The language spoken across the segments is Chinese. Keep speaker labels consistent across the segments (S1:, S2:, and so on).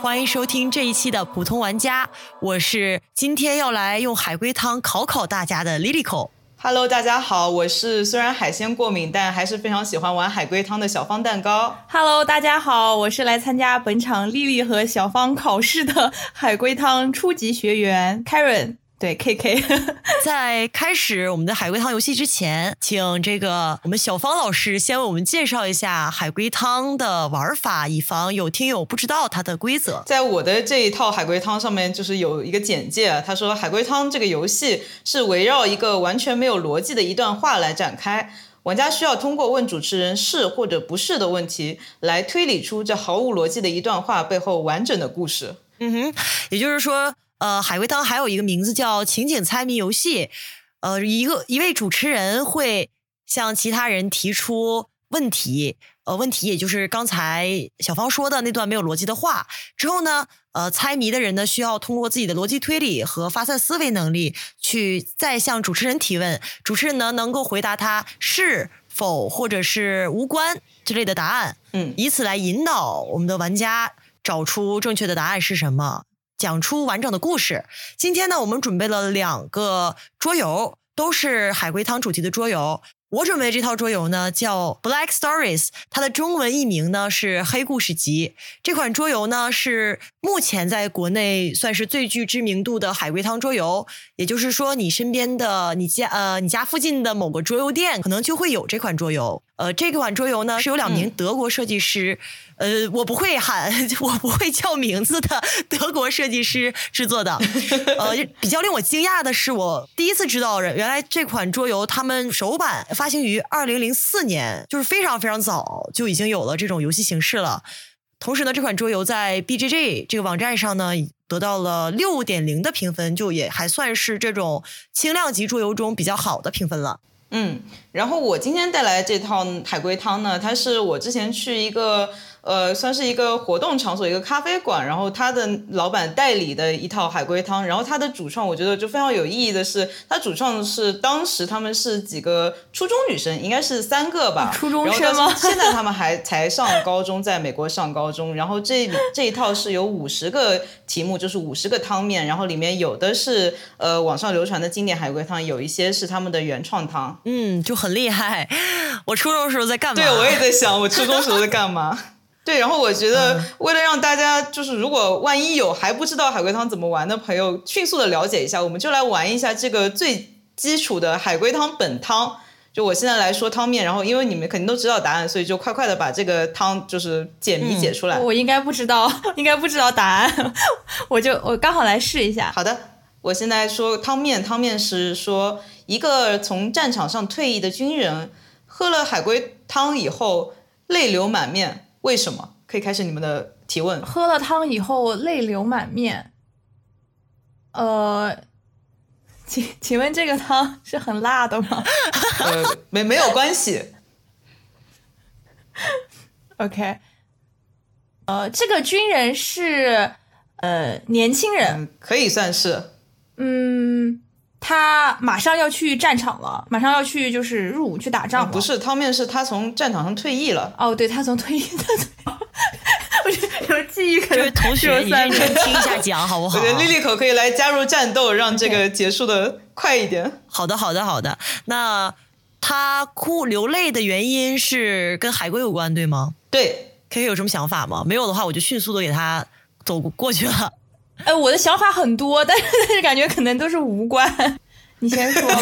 S1: 欢迎收听这一期的普通玩家，我是今天要来用海龟汤考考大家的 Lilico。
S2: Hello，大家好，我是虽然海鲜过敏，但还是非常喜欢玩海龟汤的小方蛋糕。
S3: Hello，大家好，我是来参加本场丽丽和小芳考试的海龟汤初级学员 Karen，对 KK。
S1: 在开始我们的海龟汤游戏之前，请这个我们小芳老师先为我们介绍一下海龟汤的玩法，以防有听友不知道它的规则。
S2: 在我的这一套海龟汤上面，就是有一个简介，他说海龟汤这个游戏是围绕一个完全没有逻辑的一段话来展开。玩家需要通过问主持人是或者不是的问题，来推理出这毫无逻辑的一段话背后完整的故事。
S1: 嗯哼，也就是说，呃，海龟汤还有一个名字叫情景猜谜游戏。呃，一个一位主持人会向其他人提出问题，呃，问题也就是刚才小芳说的那段没有逻辑的话。之后呢，呃，猜谜的人呢需要通过自己的逻辑推理和发散思维能力，去再向主持人提问。主持人呢能够回答他是否或者是无关之类的答案，
S2: 嗯
S1: 以此来引导我们的玩家找出正确的答案是什么，讲出完整的故事。今天呢，我们准备了两个桌游，都是海龟汤主题的桌游。我准备这套桌游呢叫《Black Stories》，它的中文译名呢是《黑故事集》。这款桌游呢是目前在国内算是最具知名度的海龟汤桌游，也就是说，你身边的你家呃你家附近的某个桌游店可能就会有这款桌游。呃，这款桌游呢是由两名德国设计师，呃，我不会喊， 我不会叫名字的德国设计师制作的。呃，比较令我惊讶的是，我第一次知道人原来这款桌游他们首版发行于二零零四年，就是非常非常早就已经有了这种游戏形式了。同时呢，这款桌游在 BGG 这个网站上呢，得到了六点零的评分，就也还算是这种轻量级桌游中比较好的评分了。
S2: 嗯，然后我今天带来这套海龟汤呢，它是我之前去一个呃，算是一个活动场所，一个咖啡馆，然后它的老板代理的一套海龟汤，然后它的主创我觉得就非常有意义的是，它主创是当时他们是几个初中女生，应该是三个吧，
S3: 初中
S2: 然后
S3: 生吗
S2: 到现在他们还才上高中，在美国上高中，然后这这一套是有五十个题目，就是五十个汤面，然后里面有的是呃网上流传的经典海龟汤，有一些是他们的原创汤。
S1: 嗯，就很厉害。我初中时候在干嘛？
S2: 对，我也在想，我初中时候在干嘛？对，然后我觉得，为了让大家就是，如果万一有还不知道海龟汤怎么玩的朋友，迅速的了解一下，我们就来玩一下这个最基础的海龟汤本汤。就我现在来说汤面，然后因为你们肯定都知道答案，所以就快快的把这个汤就是解谜解出来。
S3: 我应该不知道， 应该不知道答案， 我就我刚好来试一下。
S2: 好的，我现在说汤面，汤面是说一个从战场上退役的军人喝了海龟汤以后泪流满面，为什么？可以开始你们的提 问。
S3: 喝了汤以后泪流满面，呃，请请问这个汤是很辣的吗
S2: 呃，没没有关系，
S3: ？OK，呃，这个军人是呃年轻人，
S2: 嗯，可以算是，
S3: 嗯，他马上要去战场了，马上要去就是入伍去打仗了。
S2: 不是汤面是他从战场上退役了，
S3: 哦，对他从退役的， 我觉得有记忆可
S1: 这
S3: 能
S1: 位同
S3: 只有
S1: 学，你
S3: 三
S1: 认
S3: 年
S1: 真 听一下讲好不
S2: 我
S1: 好
S2: 觉？得 Lilico 可以来加入战斗，让这个结束的快一点。
S1: 好的，好的，好的。那他哭流泪的原因是跟海龟有关，对吗
S2: 对，
S1: ？K K 有什么想法吗？没有的话，我就迅速的给他走过去了。
S3: 哎，我的想法很多，但是但是感觉可能都是无关。你先说吧。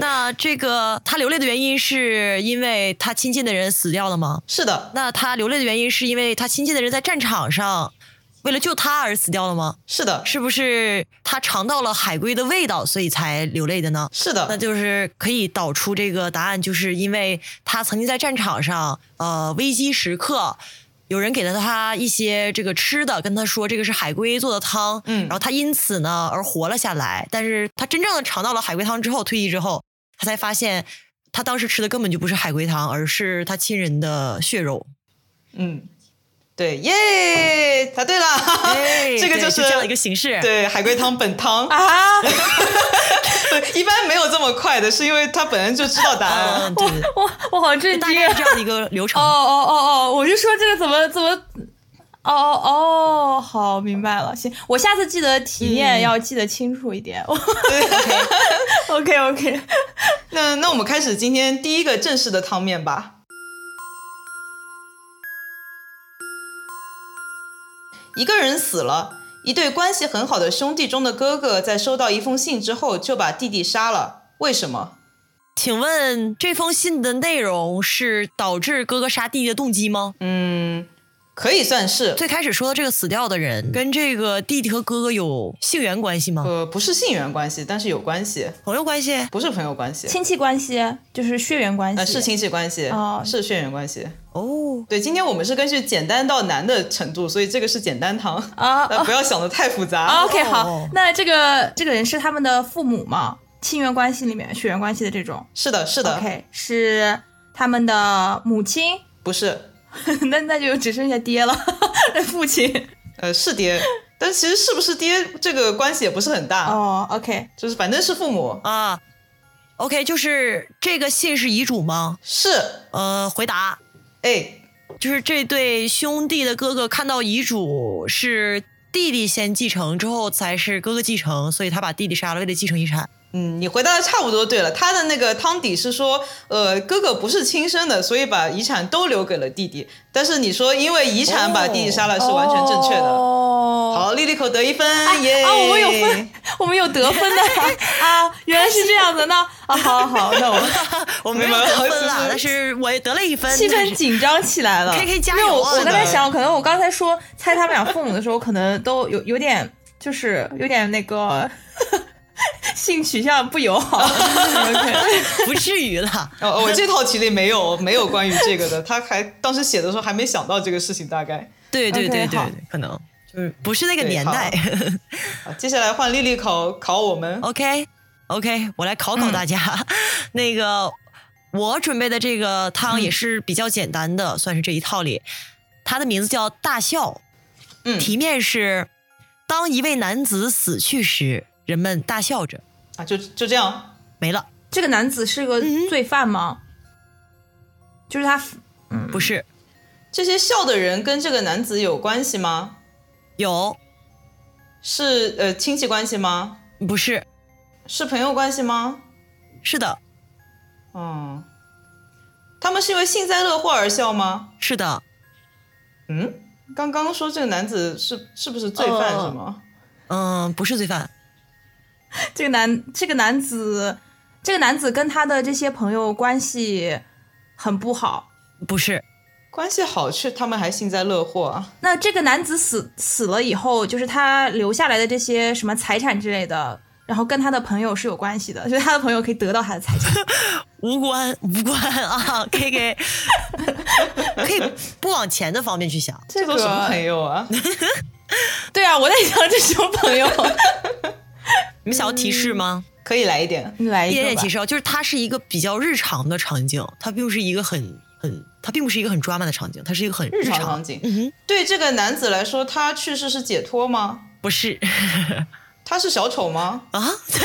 S1: 那这个他流泪的原因是因为他亲近的人死掉了吗？
S2: 是的，
S1: 那他流泪的原因是因为他亲近的人在战场上为了救他而死掉了吗？
S2: 是的，
S1: 是不是他尝到了海龟的味道，所以才流泪的呢？
S2: 是
S1: 那
S2: 的，
S1: 就是可以导出这个答案，就是因为他曾经在战场上，呃，危机时刻，有人给了他一些这个吃的，跟他说这个是海龟做的汤，
S2: 嗯
S1: 然后他因此呢而活了下来。但是他真正的尝到了海龟汤之后，退役之后，他才发现他当时吃的根本就不是海龟汤，而是他亲人的血肉。
S2: 嗯，对，耶，答对了，
S1: 哎
S2: 这个
S1: 对就
S2: 就
S1: 是这样的一个形式。
S2: 对，海龟汤本汤，
S3: 啊，
S2: 一般没有这么快的，是因为他本人就知道答案。
S3: 哦
S1: 嗯，对， 对
S3: 我我好震
S1: 大
S3: 惊
S1: 概
S3: 啊！
S1: 是这样的一个流
S3: 哦
S1: 程。
S3: 哦哦哦，我就说这个怎么怎么哦哦，好，明白了。行，我下次记得体验要记得清楚一 点。OK OK，
S2: 那那我们开始今天第一个正式的汤面吧。一个人死了，一对关系很好的兄弟中的哥哥在收到一封信之后就把弟弟杀了，为什么？
S1: 请问这封信的内容是导致哥哥杀弟弟的动机吗？
S2: 嗯，可以算是，
S1: 最开始说的这个死掉的人跟这个弟弟和哥哥有性缘关系吗？
S2: 呃，不是性缘关系，但是有关系，
S1: 朋友关系？
S2: 不是朋友关系，
S3: 亲戚关系就是血缘关系，
S2: 呃，是亲戚关系，
S3: 哦
S2: 是血缘关系。
S1: 哦，
S2: 对，今天我们是根据简单到难的程度，所以这个是简单汤，
S3: 啊
S2: 呃，不要想的太复杂。
S3: 啊 OK，好
S1: 哦，
S3: 那这个这个人是他们的父母嘛？亲缘关系里面血缘关系的这种
S2: 是的，是的
S3: ，OK，是他们的母亲，
S2: 不是，
S3: 那那就只剩下爹了， 父亲。
S2: 呃，是爹，但其实是不是爹这个关系也不是很大，
S3: 哦，OK，
S2: 就是反正是父母，
S1: 啊，OK，就是这个信是遗嘱吗？
S2: 是，
S1: 呃，回答
S2: 哎，
S1: 就是这对兄弟的哥哥看到遗嘱是弟弟先继承，之后才是哥哥继承，所以他把弟弟杀了，为了继承遗产。
S2: 嗯，你回答的差不多对了。他的那个汤底是说，呃，哥哥不是亲生的，所以把遗产都留给了弟弟。但是你说因为遗产把弟弟杀了是完全正确的。
S3: 哦，
S2: 好，丽丽口得一分，耶、
S3: 啊，我们有分， 我们有得分 的啊，原来是这样的，那啊，好好，那 我们
S1: 我没有
S2: 没有
S1: 得分
S2: 就是
S1: 啦，但是我也得了一分。
S3: 气
S1: 但
S3: 氛
S1: 是
S3: 紧张起来了。
S1: K K 加
S3: 没有，
S1: 油
S3: 我
S1: 啊！
S3: 我
S2: 是的
S3: 刚才想，可能我刚才说猜他们俩父母的时候，可能都有有点，就是有点那个 性取向不 友好。OK
S1: 不至于啦。
S2: 哦，我这套题里没有没有关于这个的，他还当时写的时候还没想到这个事情，大概。
S1: 对对
S3: OK，
S1: 对对
S3: 好
S1: 对，可能就是不是那个
S2: 对
S1: 年
S2: 好
S1: 代。
S2: 好，啊接下来换丽丽考考我们。
S1: OK OK，我来考考大家。 那个我准备的这个汤也是比较简单的，算是这一套里。它的名字叫大笑，
S2: 嗯
S1: 题面是当一位男子死去时，人们大笑着，
S2: 啊，就就这样。
S1: 没了，
S3: 这个男子是个罪犯吗？就是他
S1: 不是
S2: 这些笑的人跟这个男子有关系吗？
S1: 有，
S2: 是呃亲戚关系吗？
S1: 不是，
S2: 是朋友关系吗？
S1: 是的，
S2: 嗯，他们是因为幸灾乐祸而笑吗？
S1: 是的，
S2: 嗯，刚刚说这个男子是是不是罪犯
S3: 哦
S2: 是吗？
S1: 嗯，不是罪犯，
S3: 这个男这个男子，这个男子跟他的这些朋友关系很不好。
S1: 不是，
S2: 关系好却他们还幸灾乐祸啊？
S3: 那这个男子死死了以后，就是他留下来的这些什么财产之类的，然后跟他的朋友是有关系的，就是他的朋友可以得到他的财产。
S1: 无关 无关啊，K K，可以不往钱的方面去想，
S2: 这都什么朋友啊？
S3: 对啊，我在想这什么朋 友？
S1: 你们想要提示吗？
S2: 可以来一点。
S3: 你来
S1: 一
S3: 嗯哎一
S1: 点
S3: 个
S1: 点
S3: 吧
S1: 提。示哦，就是它是一个比较日常的场景，它并不是一个很很，它并不是一个很 drama 的场景，它是一个很
S2: 日常
S1: 常
S2: 场景
S1: 嗯哼，
S2: 对这个男子来说，他去世是解脱吗？
S1: 不是
S2: 他是小丑吗？
S1: 啊？ 不是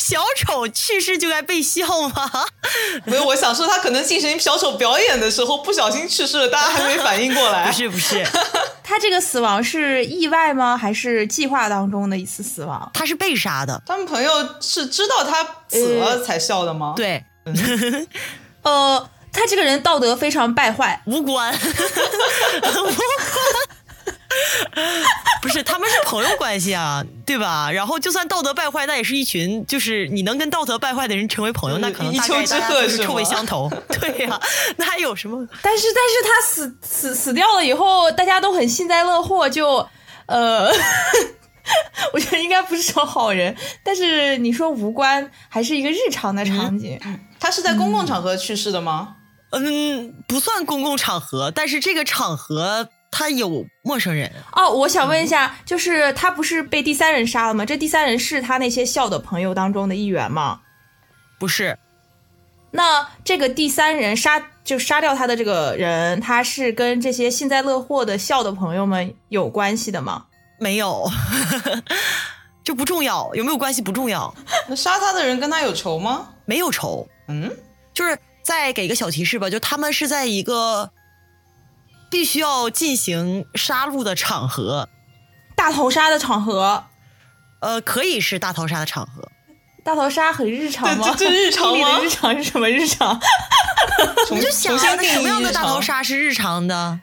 S1: 小丑去世就该被笑吗？
S2: 没有，我想说他可能进行小丑表演的时候不小心去世了，大家还没反应过来。
S1: 不是不是，
S3: 他这个死亡是意外吗？还是计划当中的一次死亡？
S1: 他是被杀的，
S2: 他们朋友是知道他死
S1: 呃
S2: 了才笑的吗？，
S1: 对，
S3: 呃，他这个人道德非常败坏，
S1: 无关， 无关。 不是，他们是朋友关系啊，对吧？然后就算道德败坏，那也是一群，就是你能跟道德败坏的人成为朋友，那可能
S2: 一
S1: 大概
S2: 丘之
S1: 大家
S2: 貉
S1: 都
S2: 是
S1: 是臭味
S2: 吗
S1: 相投。 对呀、那还有什么？
S3: 但是但是他死死死掉了以后，大家都很幸灾乐祸，就呃， 我觉得应该不是什么好人。但是你说无关，还是一个日常的场景，
S2: 他是在公共场合去世的吗？
S1: 嗯，不算公共场合，但是这个场合它有陌生人，
S3: 哦，我想问一下，就是他不是被第三人杀了吗？这第三人是他那些笑的朋友当中的一员吗？
S1: 不是
S3: 那这个第三人杀就杀掉他的这个人，他是跟这些幸灾乐祸的笑的朋友们有关系的吗？
S1: 没有， 这不重要，有没有关系不重要，
S2: 那杀他的人跟他有 仇吗？
S1: 没有仇，
S2: 嗯，
S1: 就是再给一个小提示吧，就他们是在一个必须要进行杀戮的场合，
S3: 大逃杀的场合，
S1: 呃，可以是大逃杀的场合，
S3: 大逃杀很日常吗？
S2: 这这日 常吗
S3: 你的日常是什么日常？
S2: 重
S1: 你就想
S2: 重
S1: 啊，
S2: 新
S1: 那
S2: 定义
S1: 什么样的
S2: 日
S1: 大
S2: 常
S1: 逃杀是日常的？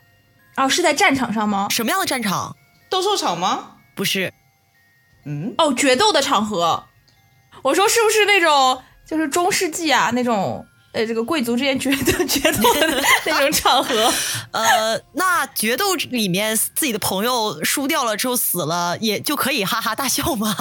S3: 哦，是在战场上吗？
S1: 什么样的战场？
S2: 斗兽场吗？
S1: 不是，
S2: 嗯，
S3: 哦，决斗的场合。我说是不是那种就是中世纪啊那种呃这个贵族之间决斗 决斗的那种场合？
S1: 呃，那决斗里面自己的朋友输掉了之后死了，也就可以哈哈大笑吗？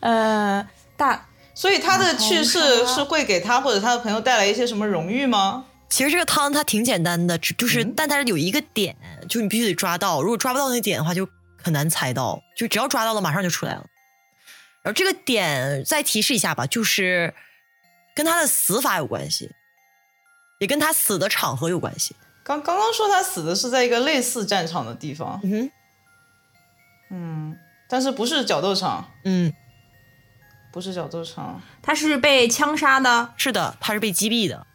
S3: 呃，大
S2: 所以他的
S1: 啊
S2: 去世
S3: 大逃杀
S2: 是会给他或者他的朋友带来一些什么荣誉吗？
S1: 其实这个汤它挺简单的，只就是、但它有一个点，就你必须得抓到，如果抓不到那点的话，就很难猜到。就只要抓到了，马上就出来了。然后这个点再提示一下吧，就是跟他的死法有关系，也跟他死的场合有关系。
S2: 刚刚刚说他死的是在一个类似战场的地方，
S1: 嗯哼，
S2: 嗯，但是不是角斗场，
S1: 嗯，
S2: 不是角斗场。
S3: 他是被枪杀的，
S1: 是的，他是被击毙的。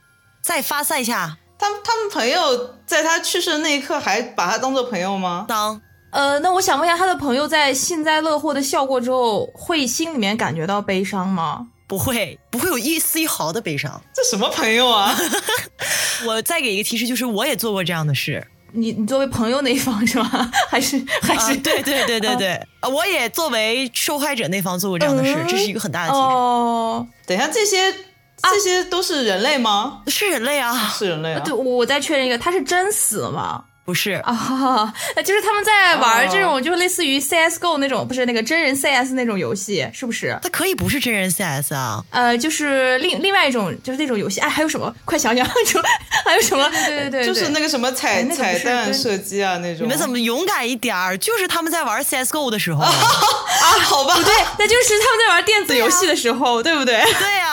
S1: 再发散一下，
S2: 他们他们朋友在他去世的那一刻还把他当做朋友吗？
S1: 当
S3: 呃，那我想问一下，他的朋友在幸灾乐祸的笑过之后，会心里面感觉到悲伤吗？
S1: 不会不会有一丝一毫的悲伤。
S2: 这什么朋友 啊？
S1: 我再给一个提示，就是我也做过这样的事。
S3: 你你作为朋友那一方是吧？还是还
S1: 啊
S3: 是、，嗯
S1: 对对对对对，啊我也作为受害者那方做过这样的事，
S3: 嗯
S1: 这是一个很大的提示。
S3: 哦，
S2: 等一下，这些这些都是人类吗？
S1: 是人类啊，
S2: 是人类啊
S3: 对，。我再确认一个，他是真死了吗？
S1: 不是，
S3: 啊， 那就是他们在玩
S2: 哦
S3: 这种，就是类似于 CS:GO 那种，不是那个真人 CS 那种游戏，是不是？
S1: 它可以不是真人 CS 啊，
S3: 呃，就是另另外一种，就是那种游戏。哎，还有什么？快想想，就还有什么？对对对
S2: 就是那个什么彩、
S3: 哎那个不是
S2: 彩蛋
S3: 跟
S2: 射击啊那种，
S1: 你们怎么勇敢一点儿？就是他们在玩 CSGO 的时候，
S3: 哦
S2: 啊？好吧，对，
S3: 那就是他们在玩电子游戏的时候，对不对？
S1: 对啊。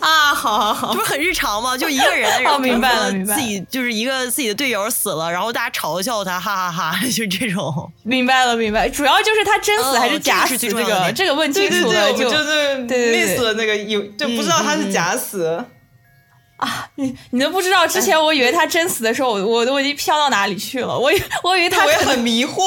S3: 啊，好好好哦
S1: 这，不是很日常吗？就一个 人，然后
S3: 明白了
S1: 比如
S3: 明
S1: 说
S3: 白
S1: 自
S3: 了
S1: 己就是一个自己的队友死了，然后大家嘲笑他，哈哈哈 就这种。
S3: 明白了明白。主要就是他真死还是假死
S1: 哦这个是最
S3: 这
S1: 重要的
S3: 个，
S1: 点
S3: 这个问清
S2: 对对对，
S3: 楚
S2: 我
S3: 了
S2: 们
S3: 就
S2: 就是
S3: 对嗯对
S2: miss 了那个有，就不知道他是假死。
S3: 你你都不知道。之前我以为他真死的时候，我我我已经飘到哪里去了？我以我以为他
S2: 我也
S3: 可能
S2: 很迷 惑，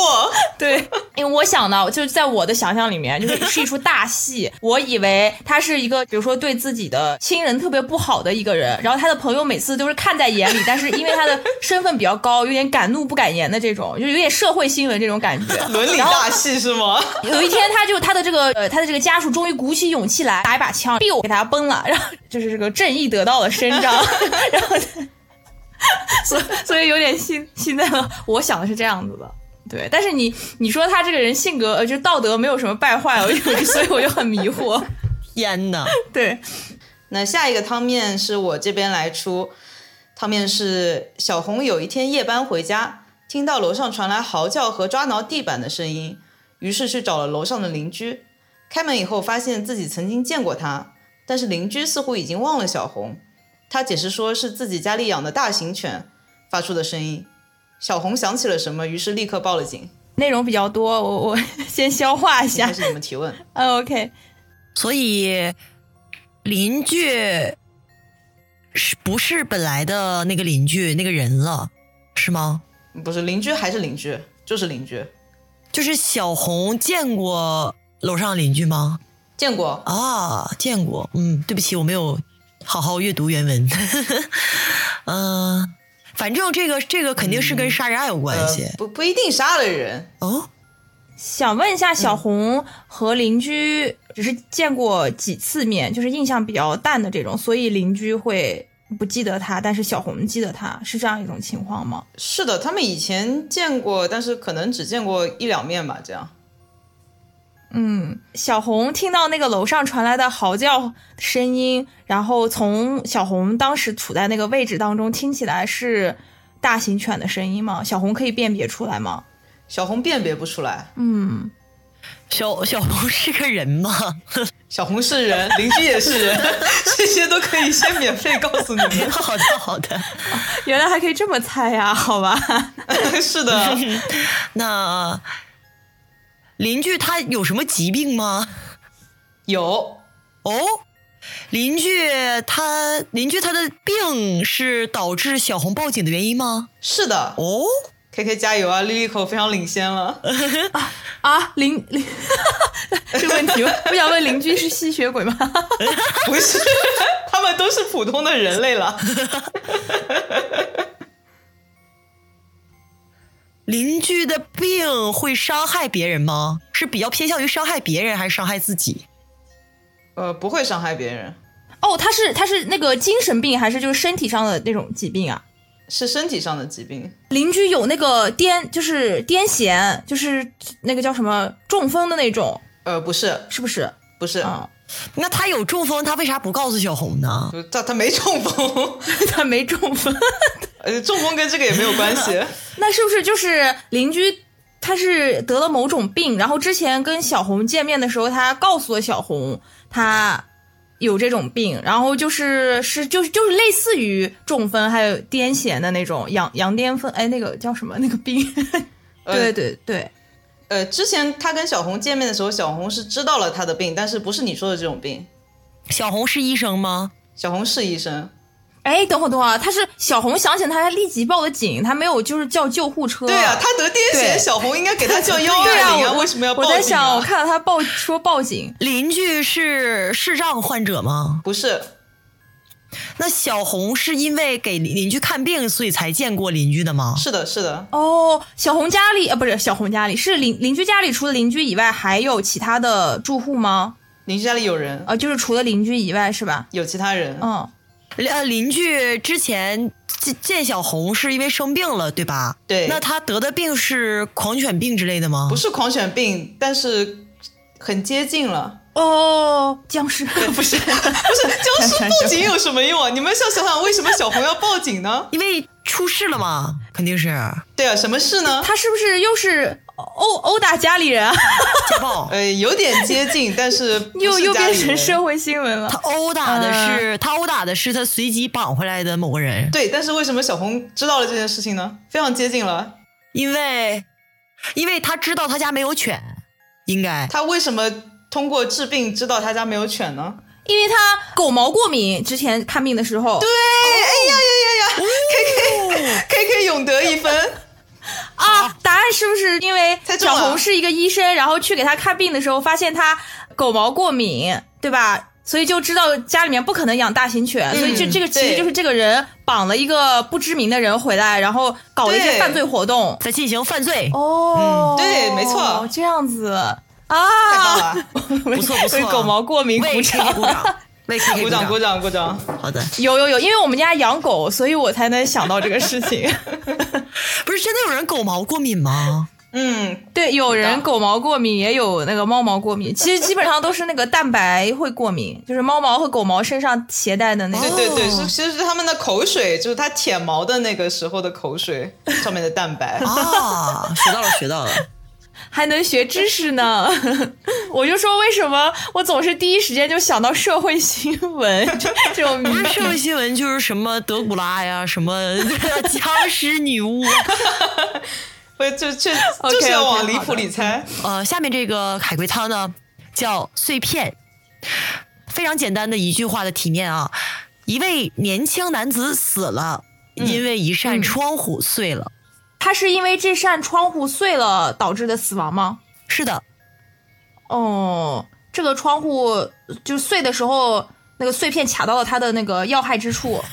S3: 对，因为我想到，就是在我的想象里面，就是是一出大戏。我以为他是一个，比如说对自己的亲人特别不好的一个人，然后他的朋友每次都是看在眼里，但是因为他的身份比较高，有点敢怒不敢言的这种，就有点社会新闻这种感觉。
S2: 伦理
S3: 然后
S2: 大戏是吗？
S3: 有一天，他就他的这个呃，他的这个家属终于鼓起勇气来打一把 枪，必我给他崩了，然后就是这个正义得到了伸张， 然后他， 所以所以有点心心在了。我想的是这样子的，对。但是你你说他这个人性格呃，就道德没有什么败坏， 我就所以我就很迷惑。
S1: 天呐，
S3: 对，
S2: 那下一个汤面是我这边来出，汤面是小红有一天夜班回家，听到楼上传来嚎叫和抓挠地板的声音，于是去找了楼上的邻居。开门以后，发现自己曾经见过他，但是邻居似乎已经忘了小红。他解释说是自己家里养的大型犬发出的声音。小红想起了什么，于是立刻报了警。
S3: 内容比较多，我我先消化一下
S2: 开。始你们提问，
S3: 嗯，OK，
S1: 所以邻居是不是本来的那个邻居那个人了，是吗？
S2: 不是邻居还是邻居，就是邻居，
S1: 就是小红见过楼上邻居吗？
S2: 见过
S1: 啊，见过。嗯，对不起，我没有好好阅读原文。 嗯、反正这个这个肯定是跟杀人案有关系
S2: 呃、不不一定杀了人，
S1: 哦。
S3: 想问一下，小红和邻居只是见过几次面，就是印象比较淡的这种，所以邻居会不记得他，但是小红记得他，是这样一种情况吗？
S2: 是的，他们以前见过，但是可能只见过一两面吧。这样，
S3: 嗯，小红听到那个楼上传来的嚎叫声音，然后从小红当时处在那个位置当中听起来是大型犬的声音吗？小红可以辨别出来吗？
S2: 小红辨别不出来，
S3: 嗯，
S1: 小小红是个人吗？
S2: 小红是人，邻居也是人， 这些都可以先免费告诉你们。
S1: 好的，好的。
S3: 原来还可以这么猜呀、好吧。
S2: 是的，
S1: 那邻居他有什么疾病吗？
S2: 有
S1: 哦，邻居他邻居他的病是导致小红报警的原因吗？
S2: 是的
S1: 哦，
S2: ，K K 加油啊！丽丽口非常领先了。
S3: 啊，邻 邻这问 题吗，我想问邻居是吸血鬼吗？
S2: 不是， 他们都是普通的人类了。
S1: 邻居的病会伤害别人吗？是比较偏向于伤害别人还是伤害自己？
S2: 呃，不会伤害别人，
S3: 哦，他是他是那个精神病还是就是身体上的那种疾病啊？
S2: 是身体上的疾病。
S3: 邻居有那个癫，就是癫痫，就是那个叫什么中风的那种，
S2: 呃，不是，
S3: 是不是？
S2: 不是，
S3: 啊，
S1: 那他有中风，他为啥不告诉小红呢？
S2: 就他他没中风，
S3: 他没中风，
S2: 呃，中风跟这个也没有关 系。
S3: 那是不是就是邻居？他是得了某种病，然后之前跟小红见面的时候，他告诉了小红他有这种病，然后就是是就是就是类似于中风还有癫痫的那种羊羊癫疯，哎，那个叫什么那个病？ 对对对，
S2: 呃，之前他跟小红见面的时候，小红是知道了他的病，但是不是你说的这种病。
S1: 小红是医生吗？
S2: 小红是医生，
S3: 哎，等会儿等会儿，他是小红想起来他，他立即报的警，他没有就是叫救护车。
S2: 对啊，他得癫痫，
S3: 对
S2: 小红应该给他叫幺
S3: 对
S2: 二
S3: 啊，
S2: 零
S3: 我
S2: 为什么要报
S3: 我
S2: 警、啊？
S3: 在想，我看到他报说报警，
S1: 邻居是视障患者吗？
S2: 不是，
S1: 那小红是因为给邻居看病，所以才见过邻居的吗？
S2: 是的，是的，
S3: 哦，小红家里呃不是小红家里是邻邻居家里，除了邻居以外还有其他的住户吗？
S2: 邻居家里有人，
S3: 呃，就是除了邻居以外是吧？
S2: 有其他人，
S3: 嗯，
S1: 呃，邻居之前见见小红是因为生病了，对吧？
S2: 对
S1: 那他得的病是狂犬病之类的吗？
S2: 不
S1: 是，
S2: 是狂犬病，但是很接近了。
S3: 哦，僵尸 不是
S2: 不是，僵尸报警有什么 用啊？你们想想想，为什么小红要报警呢？
S1: 因为出事了嘛，肯定是
S2: 对啊，什么事呢？
S3: 他是不是又是呃殴殴打家里 人啊？
S1: 家暴。
S2: 呃，有点接近，但是不
S3: 又
S2: 是
S3: 又
S2: 家里
S3: 变成
S2: 人
S3: 社会新闻了
S1: 他？殴打的是、他殴打的是他随即绑回来的某个人，
S2: 嗯对，但是为什么小红知道了这件事情呢？非常接近了。
S1: 因为因为他知道他家没有犬，应该
S2: 她为什么通过治病知道她家没有犬呢？
S3: 因为他狗毛过敏，之前看病的时候，对
S1: 哦
S2: K K 永得一分，
S3: 啊，答案是不是因为
S2: 猜中
S3: 小
S2: 了
S3: 红是一个医生，然后去给他看病的时候，发现他狗毛过敏，对吧？所以就知道家里面不可能养大型犬，所以这这个其实
S2: 嗯对
S3: 就是这个人绑了一个不知名的人回来，然后搞了一些
S2: 对
S3: 犯罪活动。
S1: 在进行犯罪，
S3: 哦、
S2: 嗯对没错
S3: 这样子
S2: 太 棒
S3: 啊，
S2: 了！
S3: 不
S1: 错不错
S3: 狗毛过敏，
S1: 为
S3: 鼓
S1: K K
S3: 掌
S1: 鼓。掌，为 K K
S2: 鼓掌鼓掌鼓掌！
S1: 好的，
S3: 有有有，因为我们家养狗，所以我才能想到这个事情。
S1: 不是真的有人狗毛过敏吗？
S2: 嗯，
S3: 对，有
S2: 是
S3: 人
S2: 的
S3: 狗毛过敏，也有那个猫毛过敏， 其实基本上都是那个蛋白会过敏，就是猫毛和狗毛身上携带的那
S2: 对
S3: 个。
S2: 对对，
S1: 哦
S2: 是其实是他们的口水，就是她舔毛的那个时候的口水上面的蛋白。
S1: 啊，学到了学 到了，
S3: 还能学知识呢。 我就说为什么我总是第一时间就想到社会新闻 这这种名
S1: 不是
S3: 字
S1: 社会新闻就是什么德古拉呀，什么 僵尸女巫。啊
S2: 会就确
S3: OK，
S2: 就是要
S3: OK，
S2: 往离
S3: 好的
S2: 谱里猜。
S1: 呃，下面这个海龟汤呢叫碎片，非常简单的一句话的题面啊，一位年轻男子死了，
S2: 嗯
S1: 因为一扇窗户碎了。
S3: 他是因为这扇窗户碎了导致的死亡吗？
S1: 是的，
S3: 哦，这个窗户就碎的时候，那个碎片卡到了他的那个要害之处。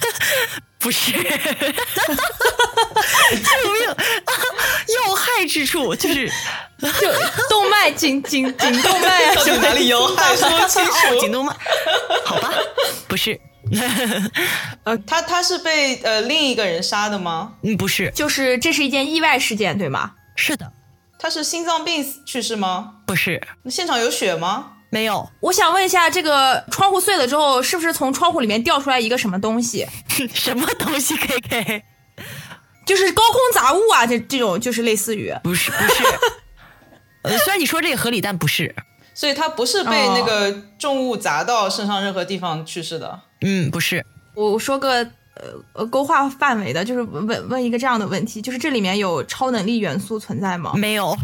S1: 不 是，救命！要害之处就是
S3: 就动脉颈颈颈动脉 啊
S2: 到
S3: 什
S2: 底
S3: 么
S2: 哪里有害？说清
S1: 哦，颈
S2: 楚。
S1: 动脉，好吧，不是，
S2: 他他是被呃另一个人杀的吗？
S1: 嗯，不是，
S3: 就是这是一件意外事件，对吗？
S1: 是的，
S2: 他是心脏病去世吗？
S1: 不是，
S2: 那现场有血吗？
S1: 没有，
S3: 我想问一下，这个窗户碎了之后，是不是从窗户里面掉出来一个什么东西？
S1: 什么东西？K K，
S3: 就是高空杂物啊，这这种就是类似于
S1: 不是，不是。 呃，虽然你说这个合理，但不是，
S2: 所以他不是被
S3: 哦
S2: 那个重物砸到身上任何地方去世的。
S1: 嗯，不是，
S3: 我说个呃呃勾画范围的，就是问问一个这样的问题，就是这里面有超能力元素存在吗
S1: 没有，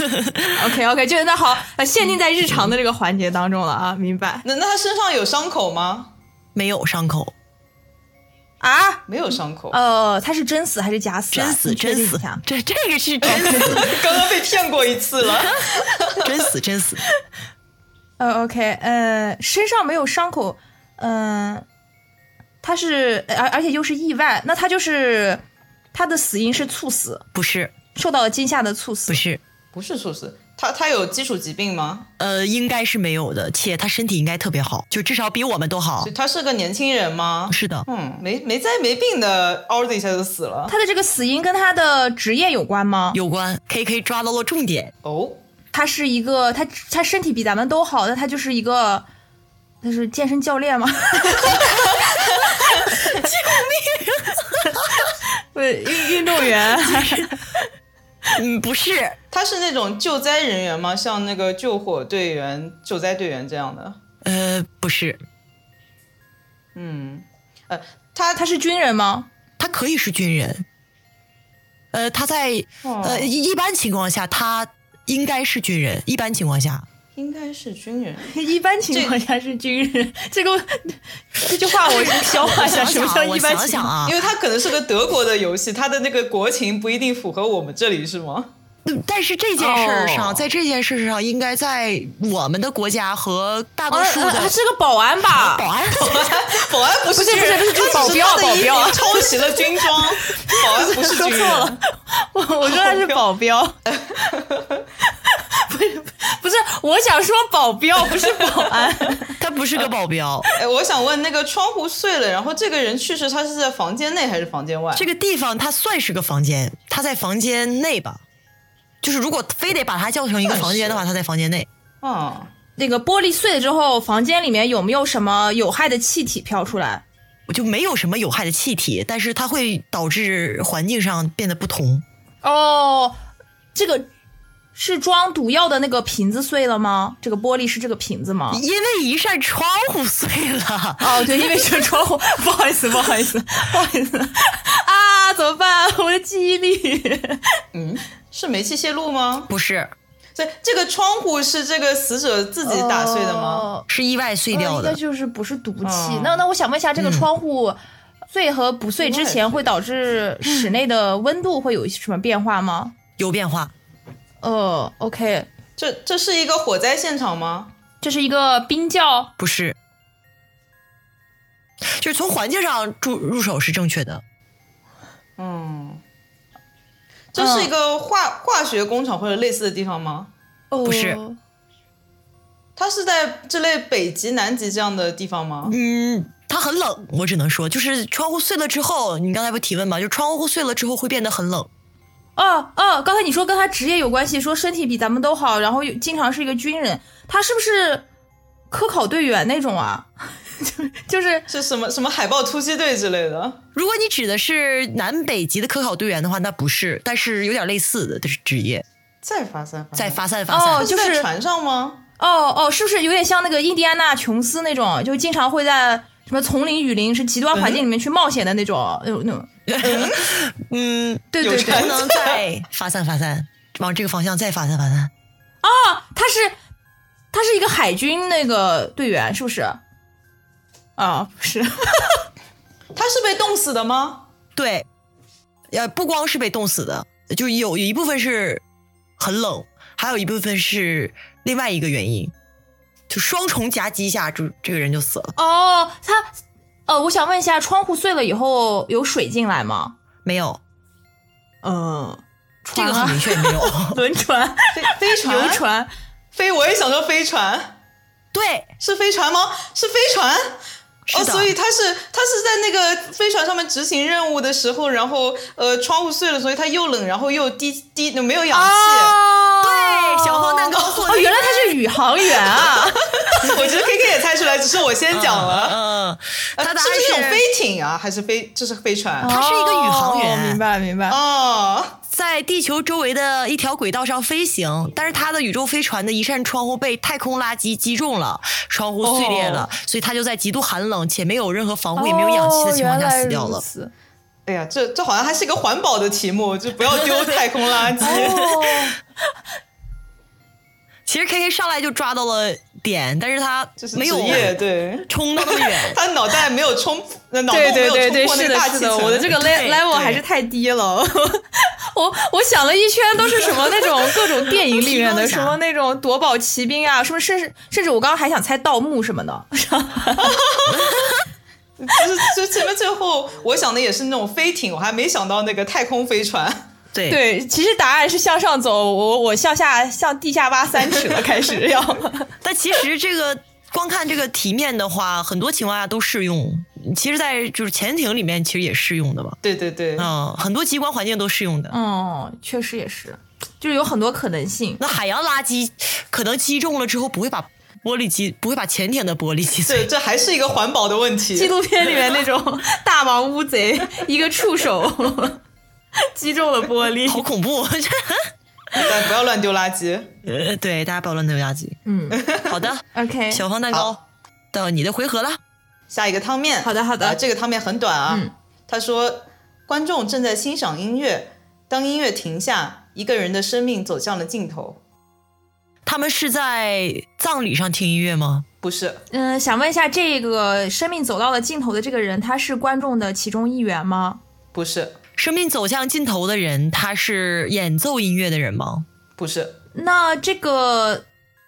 S3: ？OK OK，就是那好，呃，限定在日常的这个环节当中了啊，明白
S2: 那那他身上有伤口吗？
S1: 没有伤口，
S3: 啊？
S2: 没有伤口，
S3: 呃，他是真死还是假死啊、
S1: 真死
S3: 你确
S1: 真
S3: 定一
S1: 死
S3: 下，
S1: 这这个是真死
S2: 刚刚被骗过一次了。
S1: 真死真死，
S3: 呃，OK，呃，身上没有伤口，嗯、他是呃而而且又是意外，那他就是他的死因是猝死，
S1: 不是
S3: 受到了惊吓的猝死
S1: 不。是，
S2: 不是猝死，他他有基础疾病吗？
S1: 呃，应该是没有的，且他身体应该特别好，就至少比我们都好
S2: 就。他是个年轻人吗？
S1: 是的，
S2: 嗯，没没灾没病的，嗷的一下就死了。
S3: 他的这个死因跟他的职业有关吗？
S1: 有关 K K 抓到了重点，
S2: 哦，
S3: 他是一个他他身体比咱们都好，但他就是一个他是健身教练吗？ 救命！ 对，运运动员，
S1: 嗯，不是，
S2: 他是那种救灾人员吗？像那个救火队员、救灾队员这样的？
S1: 呃，不是，
S2: 嗯，呃，他
S3: 他是军人吗？
S1: 他可以是军人，呃，他在
S2: 哦
S1: 呃一一般情况下，他应该是军人，一般情况下，
S2: 应该是军人。
S3: 一般情况下是军人，这个这句话我是消化一下，
S1: 想
S3: 什么
S1: 想
S3: 叫
S1: 啊，我
S3: 一般
S1: 想
S3: 情
S1: 想
S3: 况？
S1: 啊
S2: 因，为他可能是个德国的游戏，他的那个国情不一定符合我们这里，是吗？
S1: 嗯但是这件事儿上，
S2: 哦
S1: 在这件事上，应该在我们的国家和大多数
S3: 他
S1: 的
S3: 啊是个保安
S1: 保
S3: 吧？
S1: 安，
S2: 保安不是
S3: 不是
S2: 军人，
S3: 不是不是
S2: 他只是
S3: 保镖
S2: 他的衣
S3: 保镖
S2: 服抄袭了军装， 保安 不是
S3: 说
S2: 军人。
S3: 错了，我我说他是保镖， 不是不是，我想说保镖不是保安。
S1: 他不是个保镖。
S2: 哎，我想问，那个窗户碎了，然后这个人去世，他是在房间内还是房间外？
S1: 这个地方它算是个房间，它在房间内吧。就是如果非得把它叫成一个房间的话，它在房间内。
S2: 啊，
S3: 那个玻璃碎了之后，房间里面有没有什么有害的气体飘出来？
S1: 我就没有什么有害的气体，但是它会导致环境上变得不同。
S3: 哦，这个是装毒药的那个瓶子碎了吗？这个玻璃是这个瓶子吗？
S1: 因为一扇窗户碎了，
S3: 哦，对，因为是窗户，不好意思，不好意思，不好意思 啊，怎么办？我的记忆力，
S2: 嗯，是煤气泄露吗？
S1: 不是，
S2: 这这个窗户是这个死者 自己打碎的吗？
S3: 哦？
S1: 是意外碎掉
S3: 那应
S1: 的
S3: 该。就是不是毒气
S2: 嗯。
S3: 那那我想问一下，这个窗户碎和不碎之前会导致室内的温度会有什么变化吗？
S1: 有变化，
S3: 呃，OK，
S2: 这这是一个火灾现场吗？
S3: 这是一个冰窖，
S1: 不是，就是从环境上入入手是正确的。
S2: 嗯，这是一个化、化学工厂或者类似的地方吗？
S3: 不
S1: 是
S2: 它是在这类北极、南极这样的地方吗？
S1: 嗯，它很冷，我只能说，就是窗户碎了之后，你刚才不提问吗？就窗户碎了之后会变得很冷。
S3: 哦哦，刚才你说跟他职业有关系，说身体比咱们都好，然后有经常是一个军人，他是不是科考队员那种啊？ 就是
S2: 是什么什么海豹突击队之类的？
S1: 如果你指的是南北极的科考队员的话，那不是，但是有点类似的，这是职业，
S2: 再发散，
S1: 在发散发散。
S3: 哦
S2: 它是
S3: 就是
S2: 在船上吗？
S3: 哦哦，是不是有点像那个印第安纳琼斯那种，就经常会在什么丛林、雨林是极端环境里面去冒险的那种，那种那种。
S1: 嗯，
S3: 对
S2: 有
S3: 对
S2: 船
S1: 不
S3: 对，
S1: 能再发散发散，往这个方向再发散发散。
S3: 他是他是一个海军那个队员，是不是？啊，不是，
S2: 他是被冻死的吗？
S1: 对，呃，不光是被冻死的，就有有一部分是很冷，还有一部分是另外一个原因，就双重夹击下，就这个人就死了。
S3: 哦，他，呃，我想问一下，窗户碎了以后有水进来吗？
S1: 没有，
S3: 嗯，
S1: 呃这个很明确没有。
S3: 轮船、
S2: 飞飞船？
S3: 游船，
S2: 飞？我也想说飞船。
S1: 对，
S2: 是飞船吗？是飞船。
S1: 是
S2: 哦，
S1: 的，
S2: 所以他是他是在那个飞船上面执行任务的时候，然后呃窗户碎了，所以他又冷，然后又低低没有氧气。
S1: 哦
S3: 啊
S1: 对小炮弹跟我
S3: 哦，原来他是宇航 员啊！
S2: 我觉得 K K 也猜出来，只是我先讲了。
S1: 嗯，他
S2: 呃
S1: 答案
S2: 是不是那种飞艇啊，还是飞就是飞船？
S1: 他是一个宇航员
S3: 哦明白明白。
S2: 哦，
S1: 在地球周围的一条轨道上飞行，但是他的宇宙飞船的一扇窗户被太空垃圾击中了，窗户碎裂了，
S3: 哦
S1: 所以他就在极度寒冷且没有任何防护也没有氧气的情况下死掉了。
S2: 哎呀，这这好像还是一个环保的题目，就不要丢太空 垃圾。
S3: 哦，
S1: 其实 K K 上来就抓到了点，但是他
S2: 就是
S1: 没有
S2: 职
S3: 啊
S2: 业，对
S1: 冲到那么 远。
S2: 他脑袋没有冲，呃脑洞
S3: 对
S2: 没
S3: 对
S2: 有
S3: 对
S2: 冲
S3: 对，
S2: 破那
S3: 是
S2: 个
S3: 的，
S2: 大
S3: 是
S2: 气
S3: 的，
S2: 层。
S3: 我的这个
S1: 对
S3: le-
S1: 对
S3: level 还是太低了。 我我想了一圈，都是什么那种各种电影里面
S1: 提高
S3: 的，
S1: 一下
S3: 什么那种夺宝奇兵啊，什么甚至甚至我刚刚还想猜盗墓什么的。
S2: 就是 就前面最后，我想的也是那种飞艇，我还没想到那个太空飞船。
S1: 对
S3: 对，其实答案是向上走，我我向下向地下挖三尺了，开始要。
S1: 但其实这个光看这个题面的话，很多情况下都适用。其实，在就是潜艇里面，其实也适用的嘛。
S2: 对对对，
S1: 嗯，很多极光环境都适用的。
S3: 嗯，确实也是，就是有很多可能性。
S1: 那海洋垃圾可能击中了之后，不会把玻璃击，不会把潜艇的玻璃击碎。
S2: 这这还是一个环保的问
S3: 纪
S2: 题。
S3: 录片里面那种大盲乌贼，一个触手 击中了玻璃。
S1: 好恐怖！啊
S2: 但不要乱丢垃圾。
S1: 呃，对，大家不要乱丢垃圾。
S3: 嗯
S1: 好 的，
S3: ，OK，
S2: 哎
S1: 小方蛋糕，到你的回合了。
S2: 下一个汤面，
S3: 好的好的
S2: 啊这个汤面很短啊。
S3: 嗯
S2: 他说，观众正在欣赏音乐，当音乐停下，一个人的生命走向了尽头。
S1: 他们是在葬礼上听音乐吗？
S2: 不是，
S3: 嗯、想问一下，这个生命走到了尽头的这个人，他是观众的其中一员吗？
S2: 不是，
S1: 生命走向尽头的人，他是演奏音乐的人吗？
S2: 不是，
S3: 那这个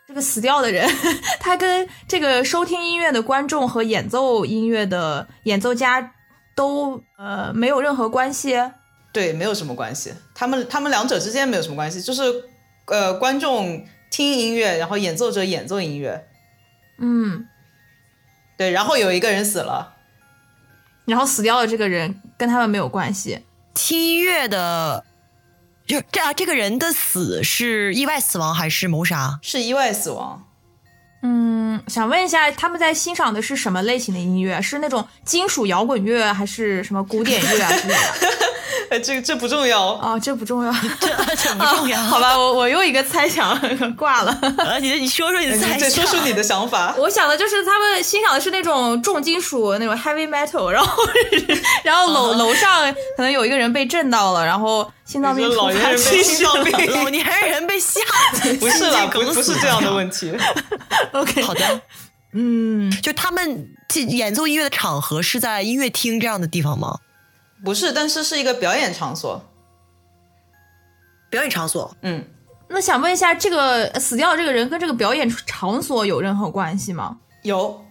S3: 这个死掉的人， 他跟这个收听音乐的观众和演奏音乐的演奏家都呃没有任何关系。
S2: 对，没有什么关系。他们他们两者之间没有什么关系，就是呃，观众听音乐，然后演奏者演奏音乐。
S3: 嗯，
S2: 对，然后有一个人死了，
S3: 然后死掉的这个人跟他们没有关系。
S1: 听音乐的，就是这啊，这个人的死是意外死亡还是谋杀？
S2: 是意外死亡。
S3: 嗯，想问一下，他们在欣赏的是什么类型的音乐？是那种金属摇滚乐，还是什么古典乐啊之类的？
S2: 呃，这个这不重要，
S3: 哦，这不重要， 这
S1: 这不重要，
S3: 好吧，我我又一个猜想 挂了。
S1: 啊？你你说说你的
S2: 你
S1: 猜
S2: 再说
S1: 想
S2: 说你的想法。
S3: 我想的就是他们欣赏的是那种重金属那种 heavy metal，然后然后
S2: 啊
S3: 楼楼上可能有一个人被震到了，然后心脏
S2: 你
S3: 病
S2: 说老
S3: 突
S2: 年
S3: 发
S2: 人
S3: 去
S2: 被
S3: 世
S2: 心脏病，
S1: 老年人被吓得
S2: 不是啦，
S1: 心肌
S2: 不
S1: 梗死
S2: 不是这样的问题。
S3: OK，
S1: 好 的，
S3: 嗯，
S1: 就他们这演奏音乐的场合是在音乐厅这样的地方吗？
S2: 不是，但是是一个表演场所。
S1: 表演场所？
S2: 嗯，
S3: 那想问一下，这个呃死掉的这个人跟这个表演场所有任何关系吗？
S2: 有，